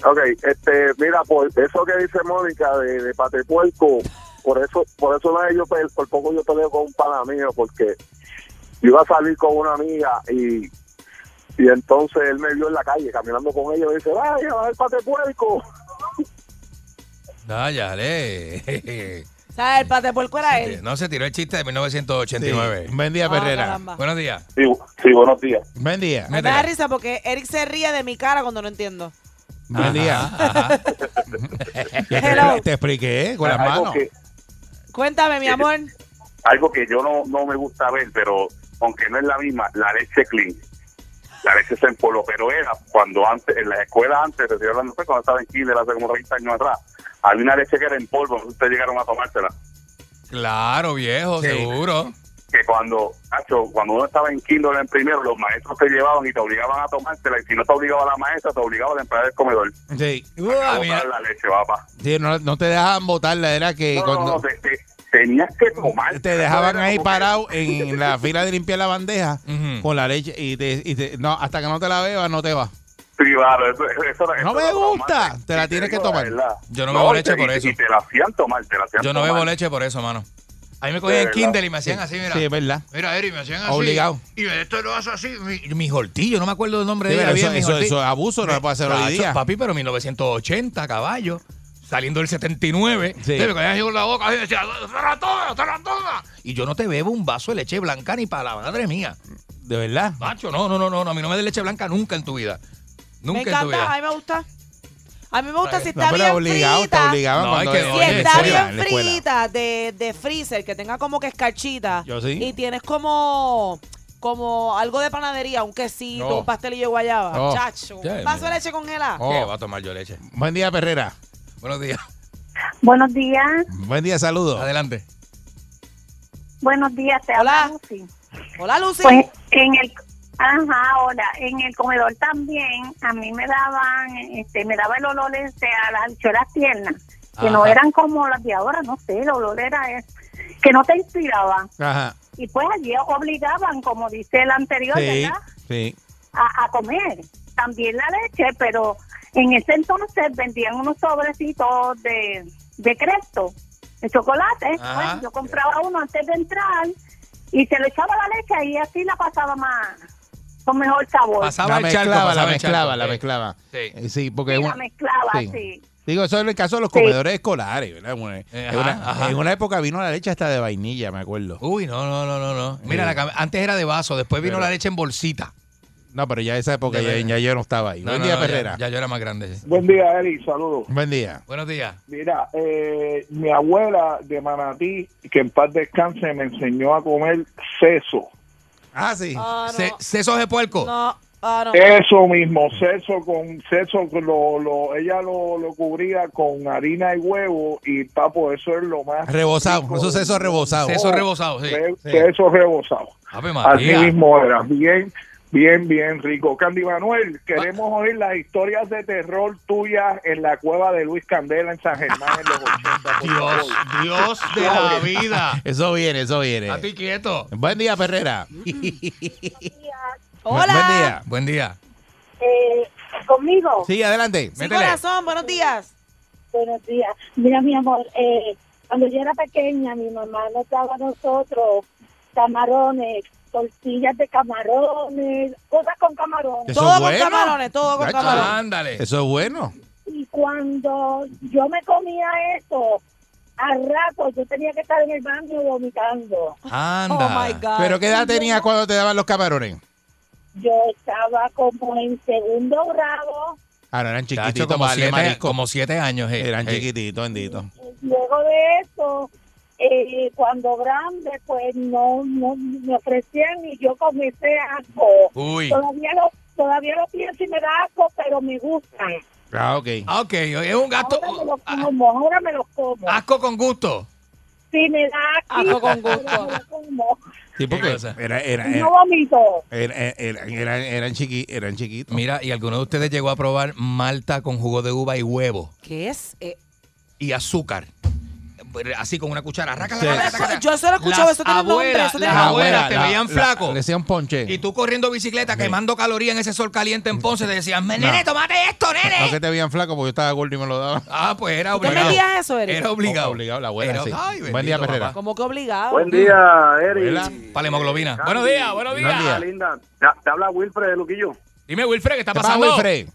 ok este mira por eso que dice Mónica de, de patepuerco por eso por eso una vez yo pe- por poco yo peleo con un pana mío porque yo iba a salir con una amiga y y entonces él me vio en la calle caminando con ella y me dice vaya va el patepuerco Ah, Dáyale. ¿Sabes? El pate puerco era él. No se tiró el chiste de Sí. 1989. Buen día, Ah, Perrera. caramba. Buenos días. Sí, sí, buenos días. Buen día. Me da risa porque Eric se ríe de mi cara cuando no entiendo. Buen día. Ah, Ajá, ajá. Te, Hello. te expliqué eh, con las algo, manos. que, Cuéntame, mi amor. algo que yo no, no me gusta ver, pero aunque no es la misma, la leche clean. La leche se empoló, pero era cuando antes, en las escuelas antes, te estoy hablando, pues, cuando estaba en Chile hace como 30 años atrás, había una leche que era en polvo, no sé si ustedes llegaron a tomársela. Claro, viejo, Sí. seguro. que cuando Nacho, cuando uno estaba en kinder en primero, los maestros te llevaban y te obligaban a tomártela, y si no te obligaba la maestra, te obligaba la empleada del comedor Sí. Ah, a mira. botar la leche, papá. Sí, no, no te dejaban botarla, era que No, no, cuando no, te, te- tenías que tomar. te dejaban Era ahí como que- parado en la fila de limpiar la bandeja Ujú. con la leche y te, y te- no, hasta que no te la bebas no te vas. Sí, claro, eso, eso era- No eso me era gusta, traumático. te la Y tienes que eh. digo la tomar. verdad. Yo no bebo y leche te- por y- eso. Y te la hacían tomar, te la hacían Yo no bebo tomar. leche por eso, mano. A mí me cogían De en verdad. Kindle y me hacían así, mira. Sí, es verdad. Mira, Eri, me hacían así. Obligado. Y me- esto lo hace así. Mi, mi jortillo, no me acuerdo el nombre Sí, de pero ella. eso, bien, mi eso- jortillo. eso es abuso, no lo puede hacer hoy Tacho, día. Papi, pero 1980, caballo. Saliendo del 79. Sí. entonces Me cogían así con la boca así, y decía, ¡Cerra toda, cerra toda! Y yo no te bebo un vaso de leche blanca ni para la madre mía. De verdad. Macho, no, no, no, no, no, a mí no me des leche blanca nunca en tu vida. Me Nunca en tu encanta, a vida. mí me gusta. A mí me gusta si No, está pero bien obligado, te frita. obligaban No, cuando hay que- Si Oye, en está escuela, bien en la escuela. frita de, de freezer, que tenga como que escarchita. Yo sí. Y tienes como, como algo de panadería, un quesito, No. un pastelillo de guayaba. No. Oh. Chacho, Ya, un vaso de mira. leche congelada. ¿Qué va a tomar yo leche? Buen día, Perrera. Oh. Buenos días. Buenos días, Buen día, saludos. Adelante. buenos días, te Hola. habla Lucy. Hola, Lucy. Pues en el ajá, hola, en el comedor también a mí me daban este me daba el olor este a las anchuelas tiernas, que no Ajá. eran como las de ahora, no sé, el olor era ese, que no te inspiraba. Ajá. Y pues allí obligaban, como dice el anterior, Sí, ¿verdad? sí. a, a comer. También la leche, pero en ese entonces vendían unos sobrecitos de, de cresto, de chocolate. Ajá. Bueno, yo compraba uno antes de entrar y se le echaba la leche y así la pasaba más, con mejor sabor. Pasaba La el charco, mezclaba, la pasaba el charco. mezclaba, la Sí. mezclaba. Sí. Eh, Sí, porque Sí, es la un- mezclaba, sí. sí. Digo, eso es el caso de los Sí. comedores escolares, ¿verdad? Una- en, una, Eh, ajá. en una época vino la leche hasta de vainilla, me acuerdo. Uy, no, no, no, no, no. Mira, la cam- antes era de vaso, después vino Pero- la leche en bolsita. No, pero ya esa época De ya, verdad. ya yo no estaba ahí. No, Buen no, día, no, ya- Perrera. Ya, yo era más grande. Buen día, Eri, saludos. Buen día. Buenos días. Mira, eh, mi abuela de Manatí, que en paz descanse, me enseñó a comer seso. Ah, sí. Ah, no. Se- sesos de puerco. No, ah, no. Eso mismo, seso con seso, con lo, lo, ella lo, lo cubría con harina y huevo y papo, eso es lo más. Rebozado, esos sesos rebozados. Oh, Sesos rebozados, sí. Re- sí. Seso rebozado. Ave Así María. mismo era, bien, bien, bien rico. Candy Manuel, queremos oír las historias de terror tuyas en la cueva de Luis Candela en San Germán en los 80. por favor. Dios, Dios de la vida. Eso viene, eso viene. A ti quieto. Buen día, Perrera. Hola. Buen día. Buen día. Eh, ¿Conmigo? Sí, adelante. Sí, Métele. corazón, buenos días. Buenos días. Mira, mi amor, eh, cuando yo era pequeña, mi mamá nos daba a nosotros camarones, tortillas de camarones, cosas con camarones. Eso Todo es con bueno. camarones, todo con Gacho. camarones. Ándale. Eso es bueno. Y cuando yo me comía eso, a rato yo tenía que estar en el baño vomitando. Oh Anda. my God. Pero ¿qué edad tenías cuando te daban los camarones? Yo estaba como en segundo grado. Ah, no, eran Chacho, chiquititos, como, vale, siete, marisco. como siete años. eh. Eran Eh, chiquititos, benditos. Luego de eso, eh, cuando grande, pues no, no me ofrecían y yo comencé a... Uy. Todavía lo, todavía lo pienso y me da asco, pero me gustan. Ah, ok. Ah, ok. Es un gasto. Ahora me los como, ahora me los como. ah, Asco con gusto. Sí, me da Asco asco, con pero gusto. me los como. Sí, Qué porque cosa. era, era, No era, vomito. era- era- eran- eran, chiqui- eran chiquitos. Mira, y alguno de ustedes llegó a probar malta con jugo de uva y huevo ¿Qué es? Eh, y azúcar. Así con una cuchara. Raca, Sí. raca, raca, Eso- raca. yo eso lo he escuchado, Las eso tiene nombre, abuelas, eso tiene Las nombre. abuelas te la- veían la- flaco. Le decían ponche. Y tú corriendo bicicleta, quemando calorías en ese sol caliente en Ponce, te decían, nene, tomate esto, No nene. que te veían flaco porque yo estaba gordo y me lo daban. Ah, pues era ¿Tú te obligado. metías eso, Eric? Era obligado. Obligado, la abuela, Era- sí. Pues Ay, Buen bendito, día, Perrera. papá. Como que obligado. Buen día, Hola. Eri. Para la hemoglobina. Candy. Buenos días, buenos Buen días. día. Linda, te, te habla Wilfred de Luquillo. Dime, Wilfred, ¿qué está ¿Qué pasa, pasando? Wilfred?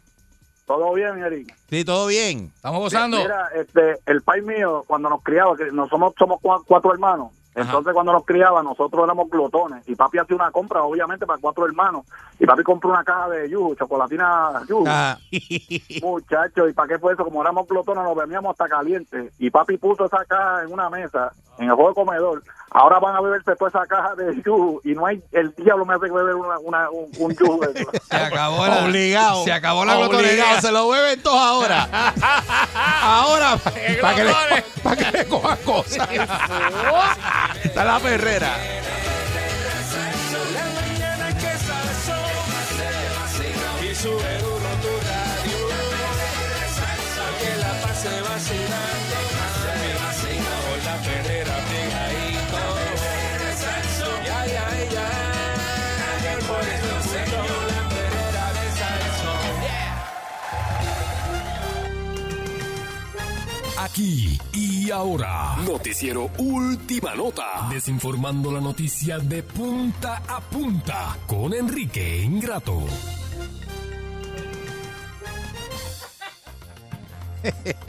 Todo bien, Eri. Sí, todo bien. Estamos gozando. Mira, este, el país mío, cuando nos criaba, que nos somos, somos cua- cuatro hermanos. Ajá. Entonces, cuando nos criaba, nosotros éramos glotones. Y papi hacía una compra, obviamente, para cuatro hermanos. Y papi compró una caja de yuju, chocolatina yuju. Ah, Muchachos, ¿y para qué fue eso? Como éramos glotones, nos bebíamos hasta caliente. Y papi puso esa caja en una mesa, en el juego de comedor. Ahora van a beberse toda esa caja de yuju. Y no hay, el diablo me hace beber una, una- un, un yuju. de eso. Se acabó la. obligado. Se acabó la Obligado, glotonería. se lo beben todos ahora. ahora, Ah, para que, le, pa' que le cojan cosas. Está la Perrera. La mañana que salsó, y sube duro tu radio, pa' que la pase vacilando, con la perrera pegadito, ya, ya, ya, por eso se llama la perrera de salsón. Aquí y ahora. Noticiero Última Nota. Desinformando la noticia de punta a punta con Enrique Ingrato.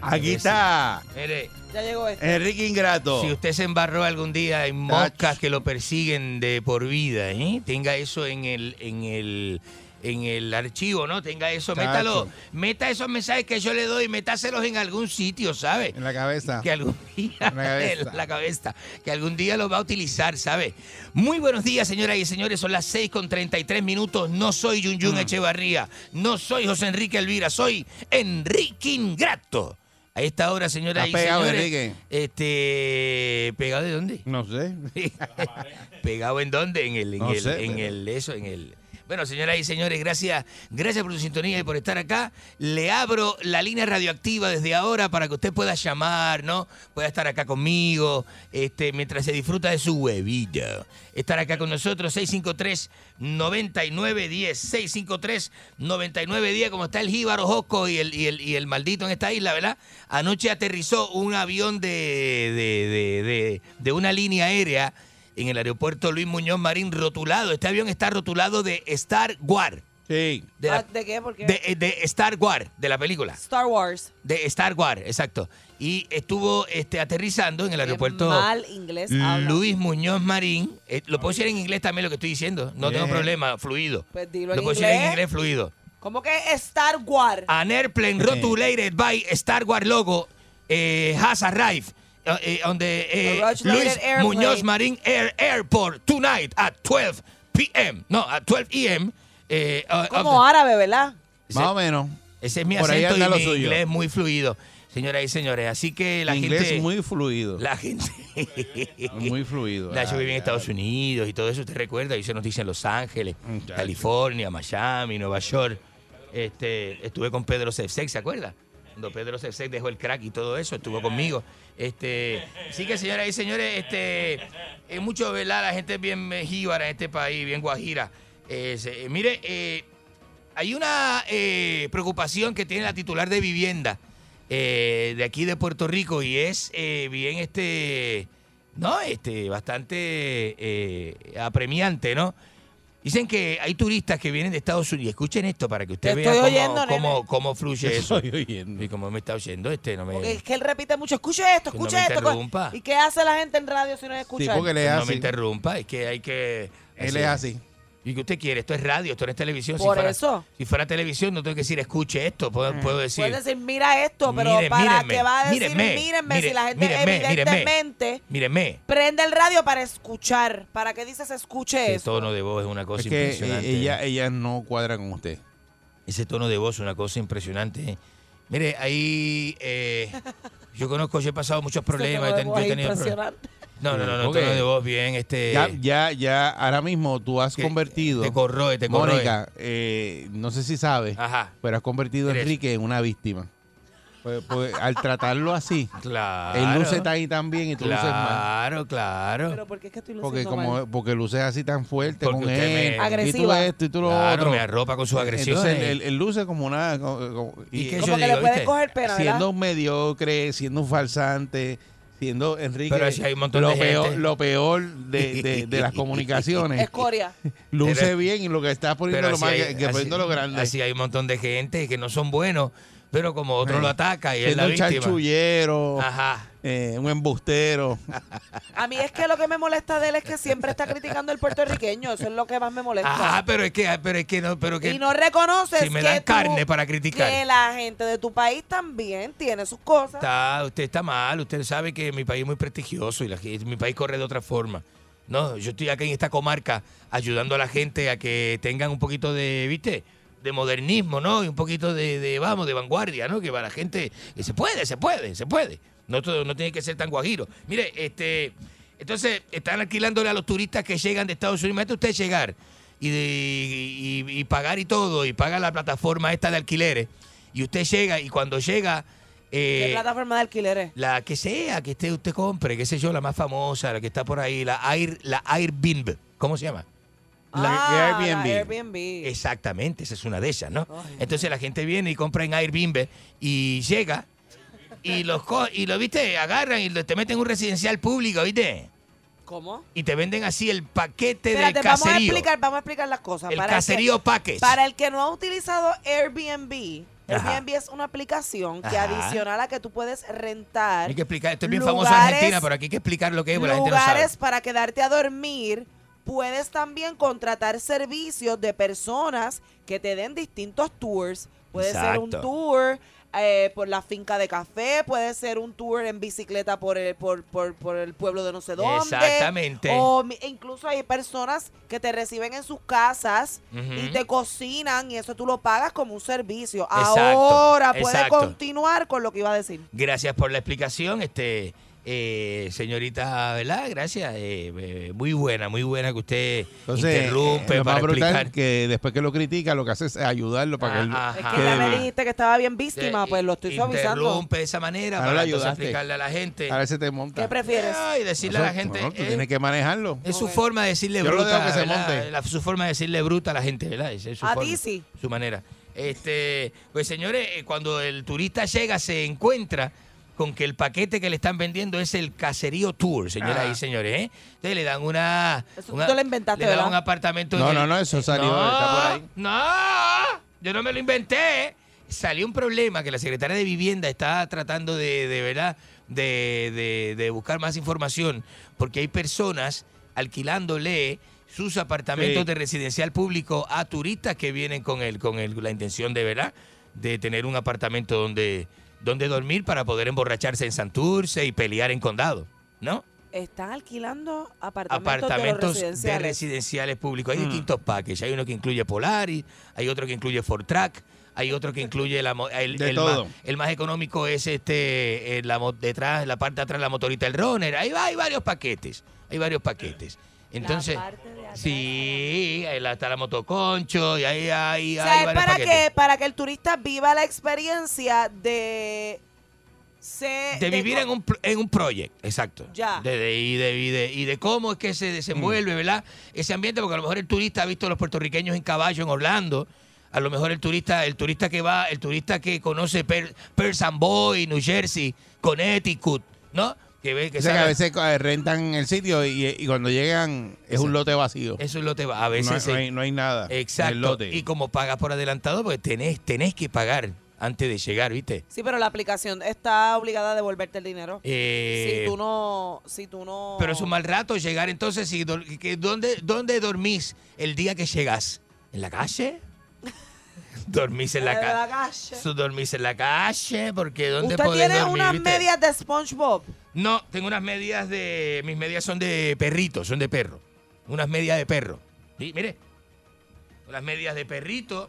Aquí está Mire, Ya llegó este. Enrique Ingrato. si usted se embarró algún día en moscas que lo persiguen de por vida, ¿eh? tenga eso en el, en el, en el archivo, ¿no? Tenga eso, Chacho. métalo, meta esos mensajes que yo le doy, metáselos en algún sitio, ¿sabe? En la cabeza. que algún día En la cabeza. en la cabeza, que algún día lo va a utilizar, ¿sabe? Muy buenos días, señoras y señores. Son las 6 con 33 minutos. No soy Yun Mm. Yun Echevarría. No soy José Enrique Elvira. Soy Enrique Ingrato. A esta hora, señoras y Está pegado, señores. Enrique. Este. ¿Pegado de dónde? No sé. ¿Pegado en dónde? En el, en No el, sé, en pero- el, eso, en el. Bueno, señoras y señores, gracias, gracias por su sintonía y por estar acá. Le abro la línea radioactiva desde ahora para que usted pueda llamar, ¿no? Pueda estar acá conmigo, este, mientras se disfruta de su huevilla. Estar acá con nosotros, 653-9910, 653-9910, como está el jíbaro Josco y el, y, el, y el maldito en esta isla, ¿verdad? Anoche aterrizó un avión de, de- de- de- de una línea aérea en el aeropuerto Luis Muñoz Marín rotulado. Este avión está rotulado de Star War. Sí. De, la- Ah, ¿De qué? ¿Por qué? de- eh, de Star Wars, de la película. Star Wars. De Star Wars, exacto. Y estuvo este, aterrizando en el aeropuerto Mal inglés habla. Luis Muñoz Marín. Eh, lo puedo decir en inglés también lo que estoy diciendo. No tengo Bien. problema, fluido. Pues dilo Lo en puedo decir en inglés. inglés fluido. ¿Cómo que Star Wars? An airplane rotulated by Star Wars logo eh, has arrived uh, eh, on the eh, A rotulated Luis airplane. Muñoz Marín Air Airport tonight at 12 p.m. No, at 12 p.m. eh, uh, of Como the- árabe, ¿verdad? Ese- Más o menos. Ese es mi Por ahí acento y anda mi lo suyo. inglés muy fluido, señoras y señores. Así que la Mi inglés gente... muy fluido. La gente... Muy fluido. Nacho Ah, vive en ya. Estados Unidos y todo eso, te recuerda, hice noticias en Los Ángeles, Muchacho. California, Miami, Nueva York. Este, estuve con Pedro Sefsek, ¿se acuerda? Cuando Pedro Sefsek dejó el crack y todo eso, estuvo conmigo. Este, así que señoras y señores, este, es mucho, ¿verdad? La gente es bien eh, jíbara en este país, bien guajira. Eh, se- eh, mire, eh, hay una eh, preocupación que tiene la titular de vivienda eh, de aquí de Puerto Rico y es eh, bien este, no, este, bastante eh, apremiante, ¿no? Dicen que hay turistas que vienen de Estados Unidos. Escuchen esto para que usted Te vea estoy cómo, oyendo, nene. cómo, cómo fluye Te eso. estoy oyendo. Y como me está oyendo este, no me... Porque es que él repite mucho. Escuche esto, Que no escuche me esto. co- interrumpa. ¿Y qué hace la gente en radio si no escucha? Tipo que le no me hace. interrumpa, es que hay que... Él es así. ¿Y que usted quiere? Esto es radio, esto no es televisión. Por si fuera, eso. Si fuera televisión, no tengo que decir escuche esto, puedo, puedo decir. Puede decir, mira esto, pero Mire, para mírenme, que va a decir, mírenme, mírenme, mire- si la gente mírenme, evidentemente Mírenme, prende el radio para escuchar. ¿Para qué dices escuche ese eso? tono de voz es una cosa Es que impresionante. eh, ella, ella no cuadra con usted. Ese tono de voz es una cosa impresionante. ¿eh? Mire, ahí eh, yo conozco, yo he pasado muchos problemas. Ese tono de voz yo he ten- yo he es tenido problemas. impresionante. No, no, no, no, Porque tono de voz bien, este... Ya, ya, ya, ahora mismo tú has que- convertido. Te corroe, te corroe. Mónica, eh, no sé si sabes, Ajá. pero has convertido a Eres- Enrique en una víctima. Pues- pues, al tratarlo así, Claro. él luce tan y tan bien y tú luces mal. Claro, claro. Pero ¿por qué es que estoy luciendo Porque mal? como porque luces así tan fuerte Porque con usted me- él, y tú Agresiva. esto y tú lo Claro, otro. me arropa con sus agresiones. Entonces, él, él luce como una como- como- ¿Y y- qué Como yo que digo, le pueden ¿viste? coger pena, ¿verdad? siendo un mediocre, siendo un falsante, siendo Enrique. Pero si hay un montón lo de peor, gente. Lo peor de, de- de las comunicaciones. Escoria. Luce Pero- bien y lo que estás Pero poniendo lo así más hay- que- que así- poniendo lo grande. Así hay un montón de gente que no son buenos, pero como otro Sí. lo ataca y es siendo la un víctima. chanchullero, Ajá. eh, un embustero. A mí es que lo que me molesta de él es que siempre está criticando al puertorriqueño. Eso es lo que más me molesta. Ajá, Ah, pero es que, pero es que no, pero que. y no reconoces si me que dan tú- carne para criticar. que la gente de tu país también tiene sus cosas. Está, usted está mal, usted sabe que mi país es muy prestigioso y la gente- mi país corre de otra forma. No, yo estoy acá en esta comarca ayudando a la gente a que tengan un poquito de, ¿viste? De modernismo, ¿no? Y un poquito de, de, vamos, de vanguardia, ¿no? Que para la gente que se puede, se puede, se puede. No, todo, no tiene que ser tan guajiro. Mire, este, entonces están alquilándole a los turistas que llegan de Estados Unidos. Imagínate usted llegar y, de- y- y- y pagar y todo, y paga la plataforma esta de alquileres. Y usted llega y cuando llega... ¿Qué eh, plataforma de alquileres? la que sea que esté, usted compre, qué sé yo, la más famosa, la que está por ahí, la Air, la Airbnb. ¿Cómo se llama? Ah, la Airbnb. La Airbnb. Exactamente, esa es una de ellas, ¿no? Entonces la gente viene y compra en Airbnb y llega y los co- y lo viste, agarran y lo- te meten en un residencial público, ¿viste? ¿Cómo? Y te venden así el paquete Espérate, Este del vamos a caserío. explicar, vamos a explicar las cosas. El que- caserío package. Para el que no ha utilizado Airbnb, Ajá. Airbnb es una aplicación que Ajá. adicional a que tú puedes rentar Hay que explicar, esto es bien famoso en Lugares- Argentina, pero aquí hay que explicar lo que es, porque Eh, la gente no sabe. lugares para quedarte a dormir. Puedes también contratar servicios de personas que te den distintos tours. Puede ser un Exacto. tour eh, por la finca de café, puede ser un tour en bicicleta por el, por, por, por el pueblo de no sé dónde. Exactamente. O mi- e incluso hay personas que te reciben en sus casas y Ujú. te cocinan y eso tú lo pagas como un servicio. Exacto, Ahora puedes exacto. continuar con lo que iba a decir. Gracias por la explicación, este eh, señorita, ¿verdad? Gracias. eh, eh, muy buena, muy buena que usted Entonces, interrumpe eh, lo para más brutal explicar. que después que lo critica, lo que hace es ayudarlo para que él. Ajá. Es Ah, que ya me de- dijiste que estaba bien víctima, Eh, pues lo estoy suavizando. Interrumpe de esa manera Ahora para lo entonces ayudaste. explicarle a la gente. A veces te monta. ¿Qué prefieres? Ay, decirle a la gente. No, tú eh, tienes que manejarlo. Es su Ok. forma de decirle Yo lo bruta. dejo que se ¿verdad? monte. La- su forma de decirle bruta a la gente, ¿verdad? Esa Es su A forma, ti sí. Su manera. Este, pues señores, eh, cuando el turista llega se encuentra con que el paquete que le están vendiendo es el caserío tour, señoras Ah. y señores. ¿eh? Entonces le dan una. Eso una- tú lo inventaste, Le dan ¿verdad? un apartamento. en No, el- no, no, eso salió. eh, No, está por ahí. no, yo no me lo inventé. Salió un problema que la secretaria de Vivienda está tratando de, de verdad, de, de- de buscar más información, porque hay personas alquilándole sus apartamentos Sí. de residencial público a turistas que vienen con el, con el- la intención de verdad de tener un apartamento donde, donde dormir para poder emborracharse en Santurce y pelear en condado, ¿no? Están alquilando apartamentos, apartamentos de los de residenciales. residenciales públicos. Hay Mm. distintos packages. Hay uno que incluye Polaris, hay otro que incluye Fortrack, hay otro que incluye la, mo- el, De el todo. Más, el más económico es este eh, la mo- detrás, la parte de atrás la motorita el runner. Ahí va, hay varios paquetes, hay varios paquetes. Entonces, sí, ahí la- está la motoconcho y ahí hay, O hay sea, es varios para paquetes. que, para que el turista viva la experiencia de... se- de vivir co- en un, pl- en un proyecto, exacto. Eh, Ya. De, de- y, de, y, de, y de cómo es que se Mm. desenvuelve, ¿verdad? Ese ambiente, porque a lo mejor el turista ha visto a los puertorriqueños en caballo en Orlando. A lo mejor el turista, el turista que va, el turista que conoce Per- Perth Boy, New Jersey, Connecticut, ¿no? Que ve que O sea, que sabe- a veces eh, rentan el sitio y, y cuando llegan es un lote vacío. eso es lo te va. A no, veces no se- hay, no hay nada. en exacto. El lote. Y como pagas por adelantado, pues tenés, tenés que pagar antes de llegar, ¿viste? Sí, pero la aplicación está obligada a devolverte el dinero. Eh, si tú no... Si tú no... Pero es un mal rato llegar entonces y dol- que- ¿dónde, ¿dónde dormís el día que llegas? ¿En la calle? ¿Dormís en la Eh, calle? calle. ¿Dormís en la calle? Porque ¿dónde Usted podés tiene dormir, unas viste? medias de SpongeBob. No, tengo unas medias de... Mis medias son de perrito, son de perro. Unas medias de perro. Sí, Mire. Unas medias de perrito,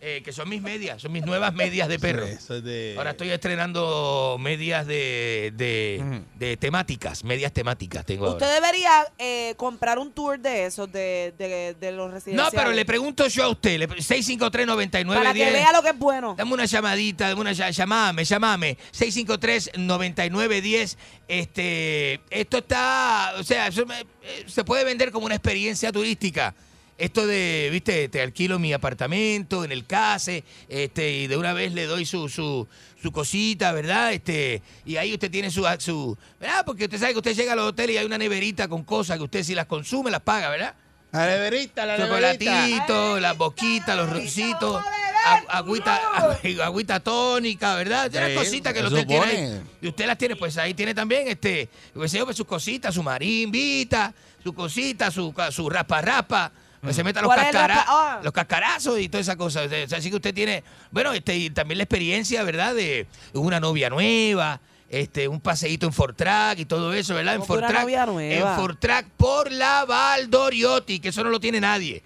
eh, que son mis medias, son mis nuevas medias de perro. Eso es de- Ahora estoy estrenando medias de, de, Ujú. de temáticas, medias temáticas tengo ahora. Usted debería eh, comprar un tour de esos, de, de, de los No, residenciales. pero le pregunto yo a usted, le pre- 653-9910. Para que vea lo que es bueno. Dame una llamadita, dame una ll- llamame, llamame. 653-9910. Este, esto está, o sea, yo me- eh, se puede vender como una experiencia turística. Esto de, viste, te alquilo mi apartamento en el case, este, y de una vez le doy su, su, su cosita, ¿verdad? Este, y ahí usted tiene su, su, ¿verdad? Porque usted sabe que usted llega a los hoteles y hay una neverita con cosas que usted si las consume, las paga, ¿verdad? La neverita, la neverita. chocolatito, las boquitas, los rositos, agu- agüita, agu- agüita tónica, ¿verdad? Tiene Sí, cositas que se usted supone. tiene. ahí. Y usted las tiene, pues ahí tiene también este, pues, yo, pues, sus cositas, su marimbita, su cosita, su, ca- su raspa raspa. Pues Mm. se meta los, ¿Cuál es el cascara- raspa? Ah. los cascarazos y toda esa cosa. O sea, Así que usted tiene, bueno, este, y también la experiencia, ¿verdad? De una novia nueva, este, un paseíto en Fortrack y todo eso, ¿verdad? En Como que una Fortrack. novia nueva. En Fortrack por la Valdoriotti, que eso no lo tiene nadie.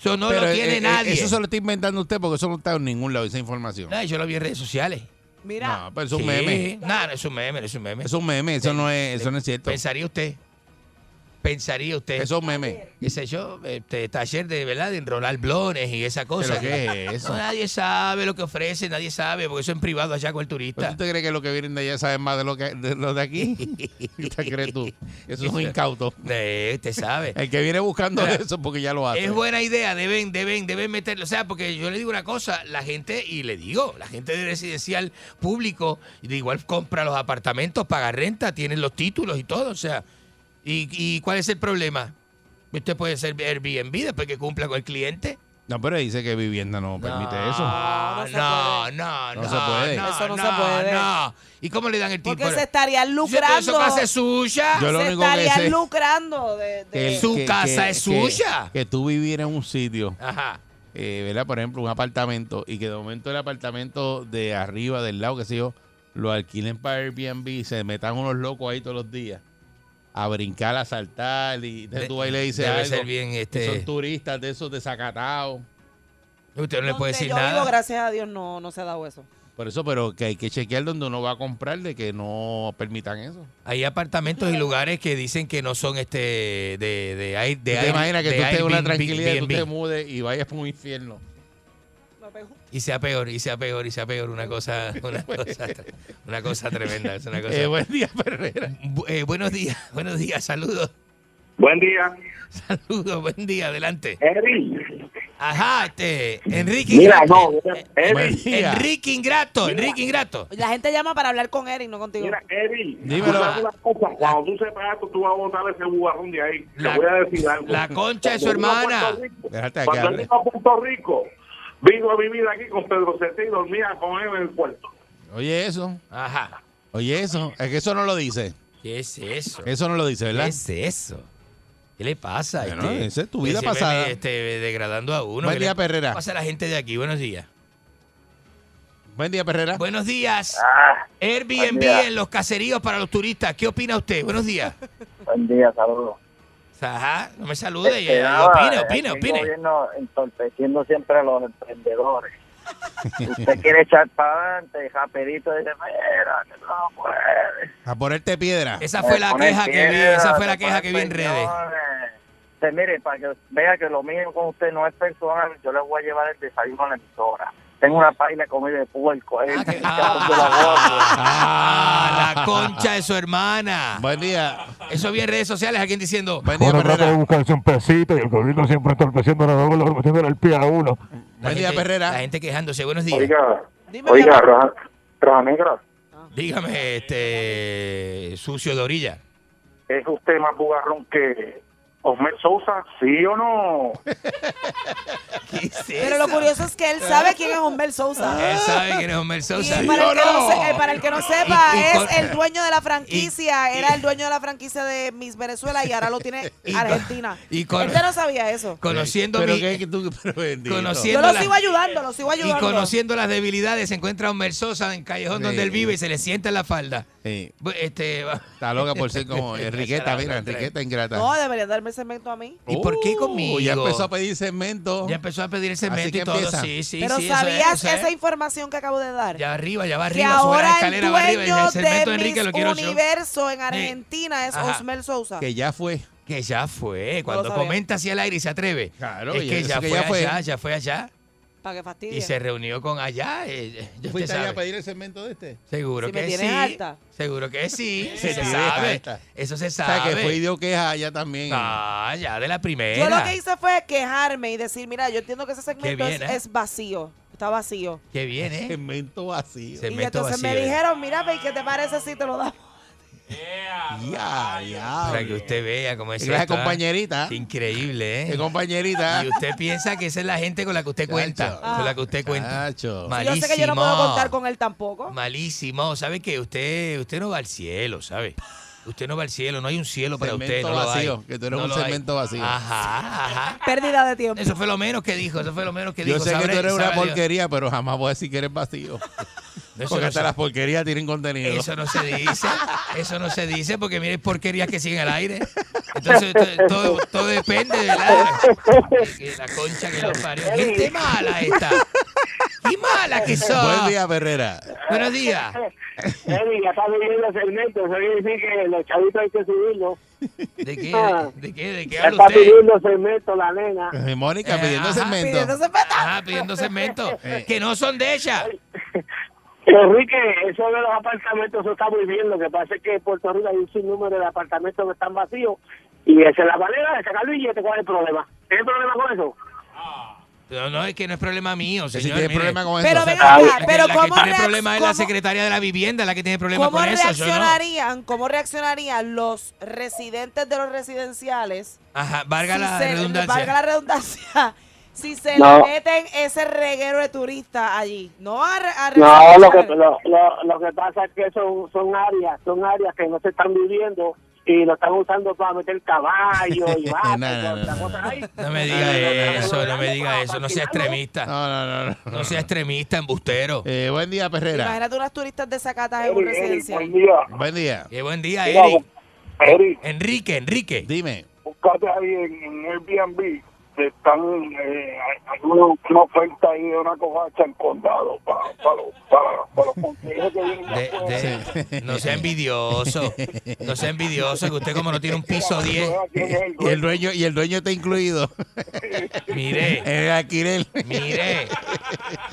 Eso no Pero, lo eh, tiene eh, nadie. Eso se lo está inventando usted porque eso no está en ningún lado, esa información. Ay, yo lo vi en redes sociales. Mira, No, pero es un Sí. meme. No, no, es un meme, no es un meme. Es un meme, eso no es, eso no es cierto. Eso Pensaría usted. Pensaría usted. es Eso. un meme. Qué sé yo, este, taller de, ¿verdad? De enrolar blones y esa cosa. ¿Pero qué es eso? No, nadie sabe lo que ofrece, nadie sabe, porque eso en privado allá con el ¿Pero turista. ¿Usted cree que los que vienen de allá saben más de lo que de, los de aquí? ¿Usted cree tú? Eso es un incauto. Eh, usted sabe. El que viene buscando Mira, eso porque ya lo hace. Es buena idea, deben, deben, deben meterlo. O sea, porque yo le digo una cosa, la gente, y le digo, la gente de residencial público, de igual compra los apartamentos, paga renta, tienen los títulos y todo. O sea, ¿y, y cuál es el problema? Usted puede ser Airbnb después que cumpla con el cliente. No, pero dice que vivienda no permite eso. No, No, no se no, puede. no, No se puede. Eso no se puede. no. ¿Y cómo le dan el título? porque se estarían Eso lucrando. casa es suya. Yo lo se único que estarían sé- lucrando de, de- Que el- Su casa es suya. Que, tú vivir en un sitio, Ajá. eh, ¿verdad? Por ejemplo, un apartamento y que de momento el apartamento de arriba, del lado, qué sé yo, lo alquilen para Airbnb y se metan unos locos ahí todos los días a brincar, a saltar y entonces De- tú ahí le dices debe algo, ser bien, este- que son turistas de esos desacatados. Usted no le donde puede decir yo nada. vivo, gracias a Dios, no, no se ha dado eso. Por eso, pero que hay que chequear donde uno va a comprar de que no permitan eso. Hay apartamentos y lugares que dicen que no son este de de air- de ¿Tú air- te imaginas que de tú estés en una Airbnb, tranquilidad, y tú Airbnb. te mudes y vayas por un infierno. y sea peor y sea peor y sea peor una cosa una cosa tre- una cosa tremenda es una cosa Pues. Eh, buen día, Ferrera. Bu- eh, buenos días buenos días saludos Buen día. saludos buen día adelante Eddie, Ajá, este, Enrique Mira, Ingrato. no, Eh, Eri. eh, Enrique Ingrato, Enrique Ingrato. La gente llama para hablar con Eric, no contigo. Mira, Eri, Dímelo. tú sabes una cosa, cuando tú sepas esto, tú vas a botar ese bugarrón de ahí. La- Te voy a decir algo. la concha de su Cuando vino a hermana. Puerto Rico- Déjate que Cuando él hable. vino a Puerto Rico, vino a vivir aquí con Pedro Ceté y dormía con él en el puerto. Oye, eso. Ajá. Oye, eso. Es que eso no lo dice. ¿Qué es eso? Eso no lo dice, ¿Qué ¿verdad? es eso? ¿Qué le pasa? este? Bueno, esa es tu vida que siempre pasada. me, Este, degradando a uno. Buen ¿Qué día, le Perrera. pasa a la gente de aquí? Buenos días. Buen día, Perrera. Buenos días. Ah, Airbnb buen día. en los caseríos para los turistas. ¿Qué opina usted? Buenos días. buen día, saludos. Ajá, no me salude. Este, ya, nada, eh, opine, aquí opine, el opine. gobierno entorpeciendo siempre a los emprendedores. Usted quiere echar para adelante y rapidito dice, mira, que no puede. A ponerte piedra. Esa fue la Poner queja que vi, piedra, esa fue la se queja ponen que vi en redes. peñones. eh, Usted, mire, para que vea que lo mío con usted no es personal, yo le voy a llevar el desayuno a la emisora. Tengo una página de comida de puerco. eh, que- Ah, la concha de su hermana. Buen día. Eso vi en redes sociales, alguien diciendo, Buen día, Perrera. buscarse un pesito y el gobierno siempre entorpeciendo la doble, metiéndole el pie a uno. La Buen día, gente- Perrera. La gente quejándose. Buenos días. Oiga, Dime, oiga, Carlos. Roja, Roja Negra, Dígame, este sucio de orilla. ¿es usted más bugarrón que Osmer Sousa? ¿Sí o no? ¿Qué es Pero lo eso? curioso es que él sabe quién es Humbert Sousa. Él sabe quién es Homer Ah. Y Sousa. para, el que no se- eh, para el que no sepa, Y- y es con- el dueño de la franquicia. y- era el dueño de la franquicia de Miss Venezuela y ahora lo tiene y- Argentina. y con- Usted no sabía eso. Conociendo pero mi- que- que tú- pero bendito. conociendo- Yo lo la- sigo ayudando, lo sigo y ayudando. conociendo las debilidades, se encuentra Homer Sosa en el callejón Sí. donde él vive y se le sienta en la falda. Sí. Bu- Este, va- Está loca por ser como Enriqueta, mira, Enriqueta ingrata. Oh, No, debería darme cemento a mí. ¿Y por qué conmigo? Ya empezó a pedir cemento. ya empezó a pedir el Así cemento que y todo. empieza. Sí, sí, Pero sí, eso es, ¿sabías eso es. esa información que acabo de dar? Ya arriba, ya va que arriba, sube la ahora el escalera, va arriba. y dice, dueño El cemento de de Enrique Miss lo quiero yo. Universo en Argentina es Ajá. Osmel Sousa. Que ya fue. Que ya fue. lo Cuando sabía. comenta así al aire y se atreve. Claro, es y que eso ya, que fue ya fue. allá, ya fue allá. Para que fastidie. Y se reunió con allá. eh, ya usted ¿Fuiste allá pues. sabe. a pedir el cemento de este? Seguro Si me que sí. tienes alta. Seguro que sí. se Sí, sí, sabe. alta. Eso se O sea, sabe. que fue y dio queja allá también. Ah, ya de la primera. Yo lo que hice fue quejarme y decir, mira, yo entiendo que ese segmento bien, es, ¿eh? es vacío, está vacío. Qué bien, ¿eh? Cemento vacío. Se- Y Segmento entonces me vacío, ¿eh? dijeron, mira, ve, ¿qué te parece si te lo damos? Ya, ya. Para que usted vea cómo es Gracias, esto, ¿eh? compañerita. Qué Increíble, Qué ¿eh? compañerita. Y usted piensa que esa es la gente con la que usted Ah. cuenta. Chacho. Con la que usted cuenta. Chacho. Ma- Si Yo sé que yo no puedo Malísimo. contar con él tampoco. Malísimo. ¿Sabe qué? Usted, usted no va al cielo, ¿sabe? Usted no va al cielo, no hay un cielo para usted. Cemento No lo hay. vacío, que tú eres No un lo hay. cemento vacío. Ajá, ajá. Pérdida de tiempo. Eso fue lo menos que dijo, eso fue lo menos que Yo dijo. sé que sabrá- tú eres una sabrá Dios. porquería, pero jamás voy a decir que eres vacío. No, eso Porque no hasta se- las porquerías tienen contenido. Eso no se dice, eso no se dice porque miren porquerías que siguen al aire. Entonces to- todo, todo depende de la, de la concha que lo parió. Gente mala esta. ¡Qué mala que son! Buen día, Ferrera. Buenos días. Eri, ya está viviendo el segmento, eso quiere decir que los chavitos hay que subirlo. ¿De qué? Ah. ¿De, de qué? ¿De qué Ya habla está usted? pidiendo segmento la nena. Eh, Mónica Eh, pidiendo ajá, cemento. Pidiendo cemento. Ajá, Ah, pidiendo cemento. Que no son de ella. Enrique, eso de los apartamentos, eso está muy bien. Lo que pasa es que en Puerto Rico hay un sinnúmero de apartamentos que están vacíos y esa es la manera de sacar billete. ¿Cuál es el problema? ¿Tienes problema con eso? No, no, es que no es problema mío, Si señor. tienes mire. problema con Pero eso. ven Ah, acá, La que- pero la que ¿cómo, tiene reacc- problema es la cómo- secretaria de la vivienda, la que tiene problema cómo con eso. yo no. reaccionarían, cómo reaccionarían los residentes de los residenciales? Ajá, valga si la se- redundancia. valga la redundancia, Si se No. le meten ese reguero de turistas allí. No a, re- a No, lo que, residenciales. lo, lo, lo que pasa es que son, son áreas, son áreas que no se están viviendo y lo están usando para meter caballo y vacas No, no, no, y otras no. cosas ahí. No me diga eso, no me diga eso, no sea extremista. No, no, no. no. No sea extremista, embustero. Eh, buen día, Perrera. Imagínate unas turistas desacatas en un Eri, Eri, residencial. buen día. Buen día. Qué Eh, buen día, Mira, Eric. Eri, Enrique, Enrique. Dime. buscate ahí en, en Airbnb. que Están, eh, hay una, una oferta ahí de una covacha en condado para, para, los- para, para los consejos que vienen de de- afuera. de- no sea envidioso. No sea envidioso, que usted como no tiene un piso 10. Y el dueño, y el dueño está incluido. Mire, El alquiler. mire.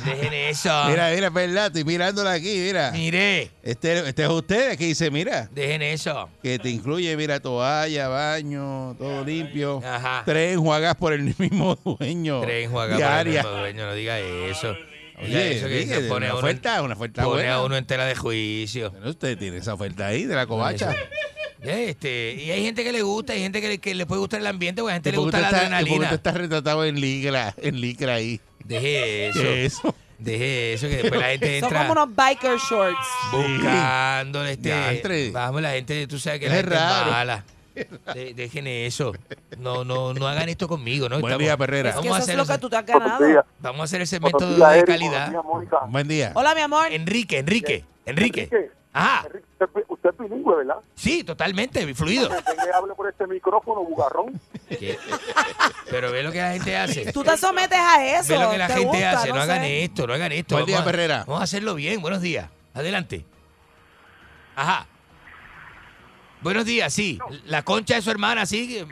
Dejen eso. Mira, mira, es verdad, estoy mirándola aquí, mira. Mire, Este, este es usted que dice, mira, dejen eso. que te incluye, mira, toalla, baño, todo limpio. Ajá. Tres enjuagas por el mismo dueño. Ah. Tres enjuagas para el diarias. mismo dueño, no diga eso. No diga Oye, eso que diga, se pone a una uno en- oferta, una oferta pone buena. a uno en tela de juicio. Bueno, usted tiene esa oferta ahí de la covacha. Este, y hay gente que le gusta, hay gente que le, que le puede gustar el ambiente, porque a la gente ¿Y le por qué gusta la usted está- y por qué adrenalina. usted está retratado en licra, en licra ahí? Deje eso. ¿Qué es eso? Deje eso, que después la gente Son entra como unos biker shorts. buscándole este. Diantre. Vamos, la gente, tú sabes que la Es gente es raro. mala. De- dejen eso. No, no, no hagan esto conmigo, ¿no? Buen Estamos- día, Perrera. Es que Vamos eso a es hacer lo eso. que tú te has ganado. Vamos a hacer el Buenos segmento días, de Eric. calidad. Buenos días, Mónica. Buen día. Hola, mi amor. Enrique, Enrique, Enrique. Enrique. Ajá, Enrique, usted, usted es bilingüe, ¿verdad? sí, totalmente, fluido. Que le hable por este micrófono, bugarrón. Que- Pero ve lo que la gente hace. Tú te sometes a eso. Ve lo que la te gente gusta, hace. No, hagan sé. esto, no hagan esto. Buen día, Vamos a- Perrera. Vamos a hacerlo bien. Buenos días. Adelante. Ajá. Buenos días, sí. La concha de su hermana, sí.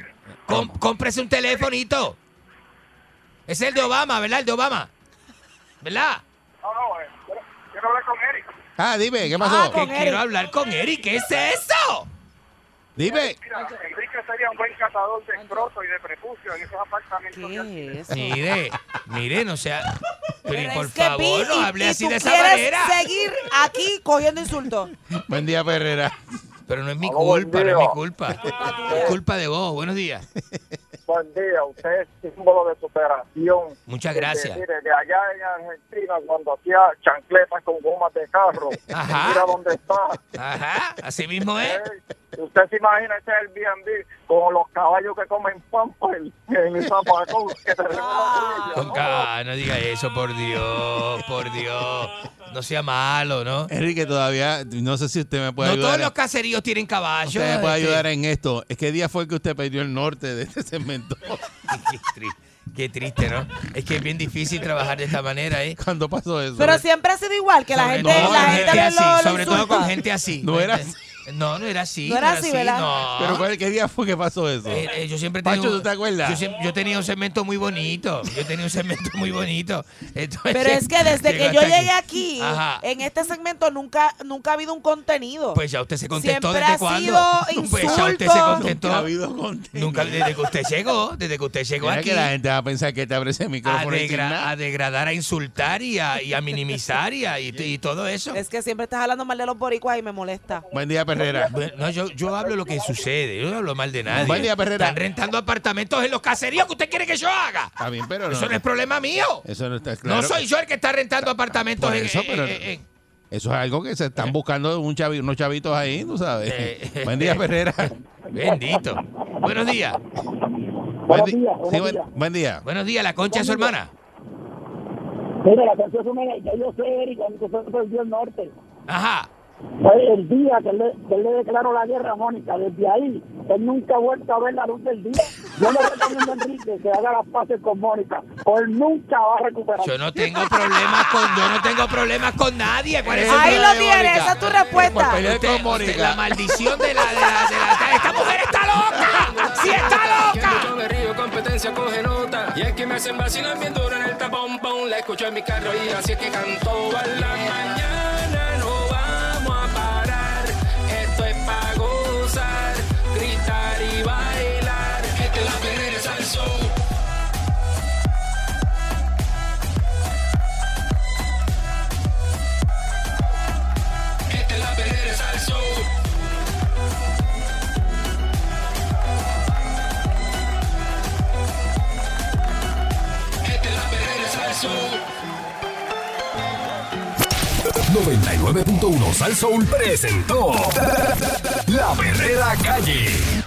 Com- cómprese un telefonito. Es el de Obama, ¿verdad? El de Obama. ¿Verdad? No, no, eh, quiero, quiero hablar con Eric. Ah, dime, ¿qué pasó? Ah, con- Que quiero hablar con Eric. ¿Qué es eso? Dime. Mira, Enrique sería un buen cazador de escroto y de prepucio en esos apartamentos. que él ¿Qué tiene. es eso? Mire, mire, no sea. Pero y Pero por es que, favor, Pi, no y- hable y así tú de esa quieres manera. seguir aquí cogiendo insultos. Buen día, Perrera. Pero no es mi Aló, buen culpa, no es mi día. culpa. Es culpa de vos. Buenos días. Buen día, usted es símbolo de superación. Muchas Desde, gracias. mire, de allá en Argentina, cuando hacía chancletas con gomas de carro, Ajá. mira dónde está. Ajá, así mismo es. Eh, Usted se imagina ese Airbnb con los caballos que comen pamper en el zapacón que te regala Con ca- no diga eso, por Dios, por Dios. No sea malo, ¿no? Enrique, todavía, no sé si usted me puede No todos ayudar. los caseríos tienen caballos. usted me puede este. ayudar en esto. Es que día fue que usted perdió el norte de este segmento. Qué, tri- qué triste, ¿no? Es que es bien difícil trabajar de esta manera, ¿eh? ¿Cuándo pasó eso? Pero siempre ha sido igual, que la Sobre gente, todo la con gente gente lo- lo así, sobre todo insulta. con gente así. No era Gente- No, no era así. No era así, ¿verdad? no. ¿Pero cuál, qué día fue que pasó eso? Eh, eh, yo siempre Oh. Pacho, tenía un- ¿tú te acuerdas? Yo, siem- yo tenía un segmento muy bonito. Yo tenía un segmento muy bonito. Entonces, Pero es que desde que llegó yo Pues hasta llegué aquí, Ajá. en este segmento nunca, nunca ha habido un contenido. Pues ya usted se contestó Siempre desde ha cuándo. sido Pues ya usted se insulto. contestó. Nunca ha habido contenido. Nunca, desde que usted llegó, desde que usted llegó Mira aquí. Ah, que la gente va a pensar que te abre ese A, micrófono y sin degra- nada. a degradar, a insultar y a, y a minimizar y, a- y- y todo eso. Es que siempre estás hablando mal de los boricuas y me molesta. Buen día, Perrera. Bueno, no, yo, yo hablo lo que sucede, ah, yo no hablo mal de nadie. Buen día, Perrera. Están rentando apartamentos en los caseríos que usted quiere que yo haga. Está bien, pero no. Eso no es problema mío. Eso no está Eh, claro. No soy yo el que está rentando apartamentos Por en- eso, en- pero- eh, en- en- Eso es algo que se están buscando un chavi- unos chavitos ahí, tú sabes. Eh. Buen día, Perrera. Bendito. Buenos días. Buen días, buenos sí, buen- días. buen día. Buenos días, la concha de su hermana. Mira, la canción es una, ya yo sé, Eric, cuando se perdió el norte. Ajá. Fue el día que le, que le declaró la guerra a Mónica. Desde ahí, él nunca ha vuelto a ver la luz del día. Yo le recomiendo a Enrique que haga las paces con Mónica. O él nunca va a recuperar. Yo no tengo problemas con, yo no tengo problemas con nadie. ¿Cuál es el Ahí problema lo de tienes, Mónica? esa es tu respuesta. Peleé Usted- con Mónica. usted- la maldición de la, de la- de la- Esta mujer está loca. ¡Sí está Yo loca! me río, competencia coge nota. Y es que me hacen vacilar bien duro en el tapón, pon. La escucho en mi carro y así es que canto. A la mañana no vamos a parar. Esto es para gozar, gritar y bailar. Esta es la perrera de Salsón. Esta Este es la perrera de Salsón. Esta Este es la perrera de Salsón. 99.1 Sal Soul presentó La Verdadera Calle.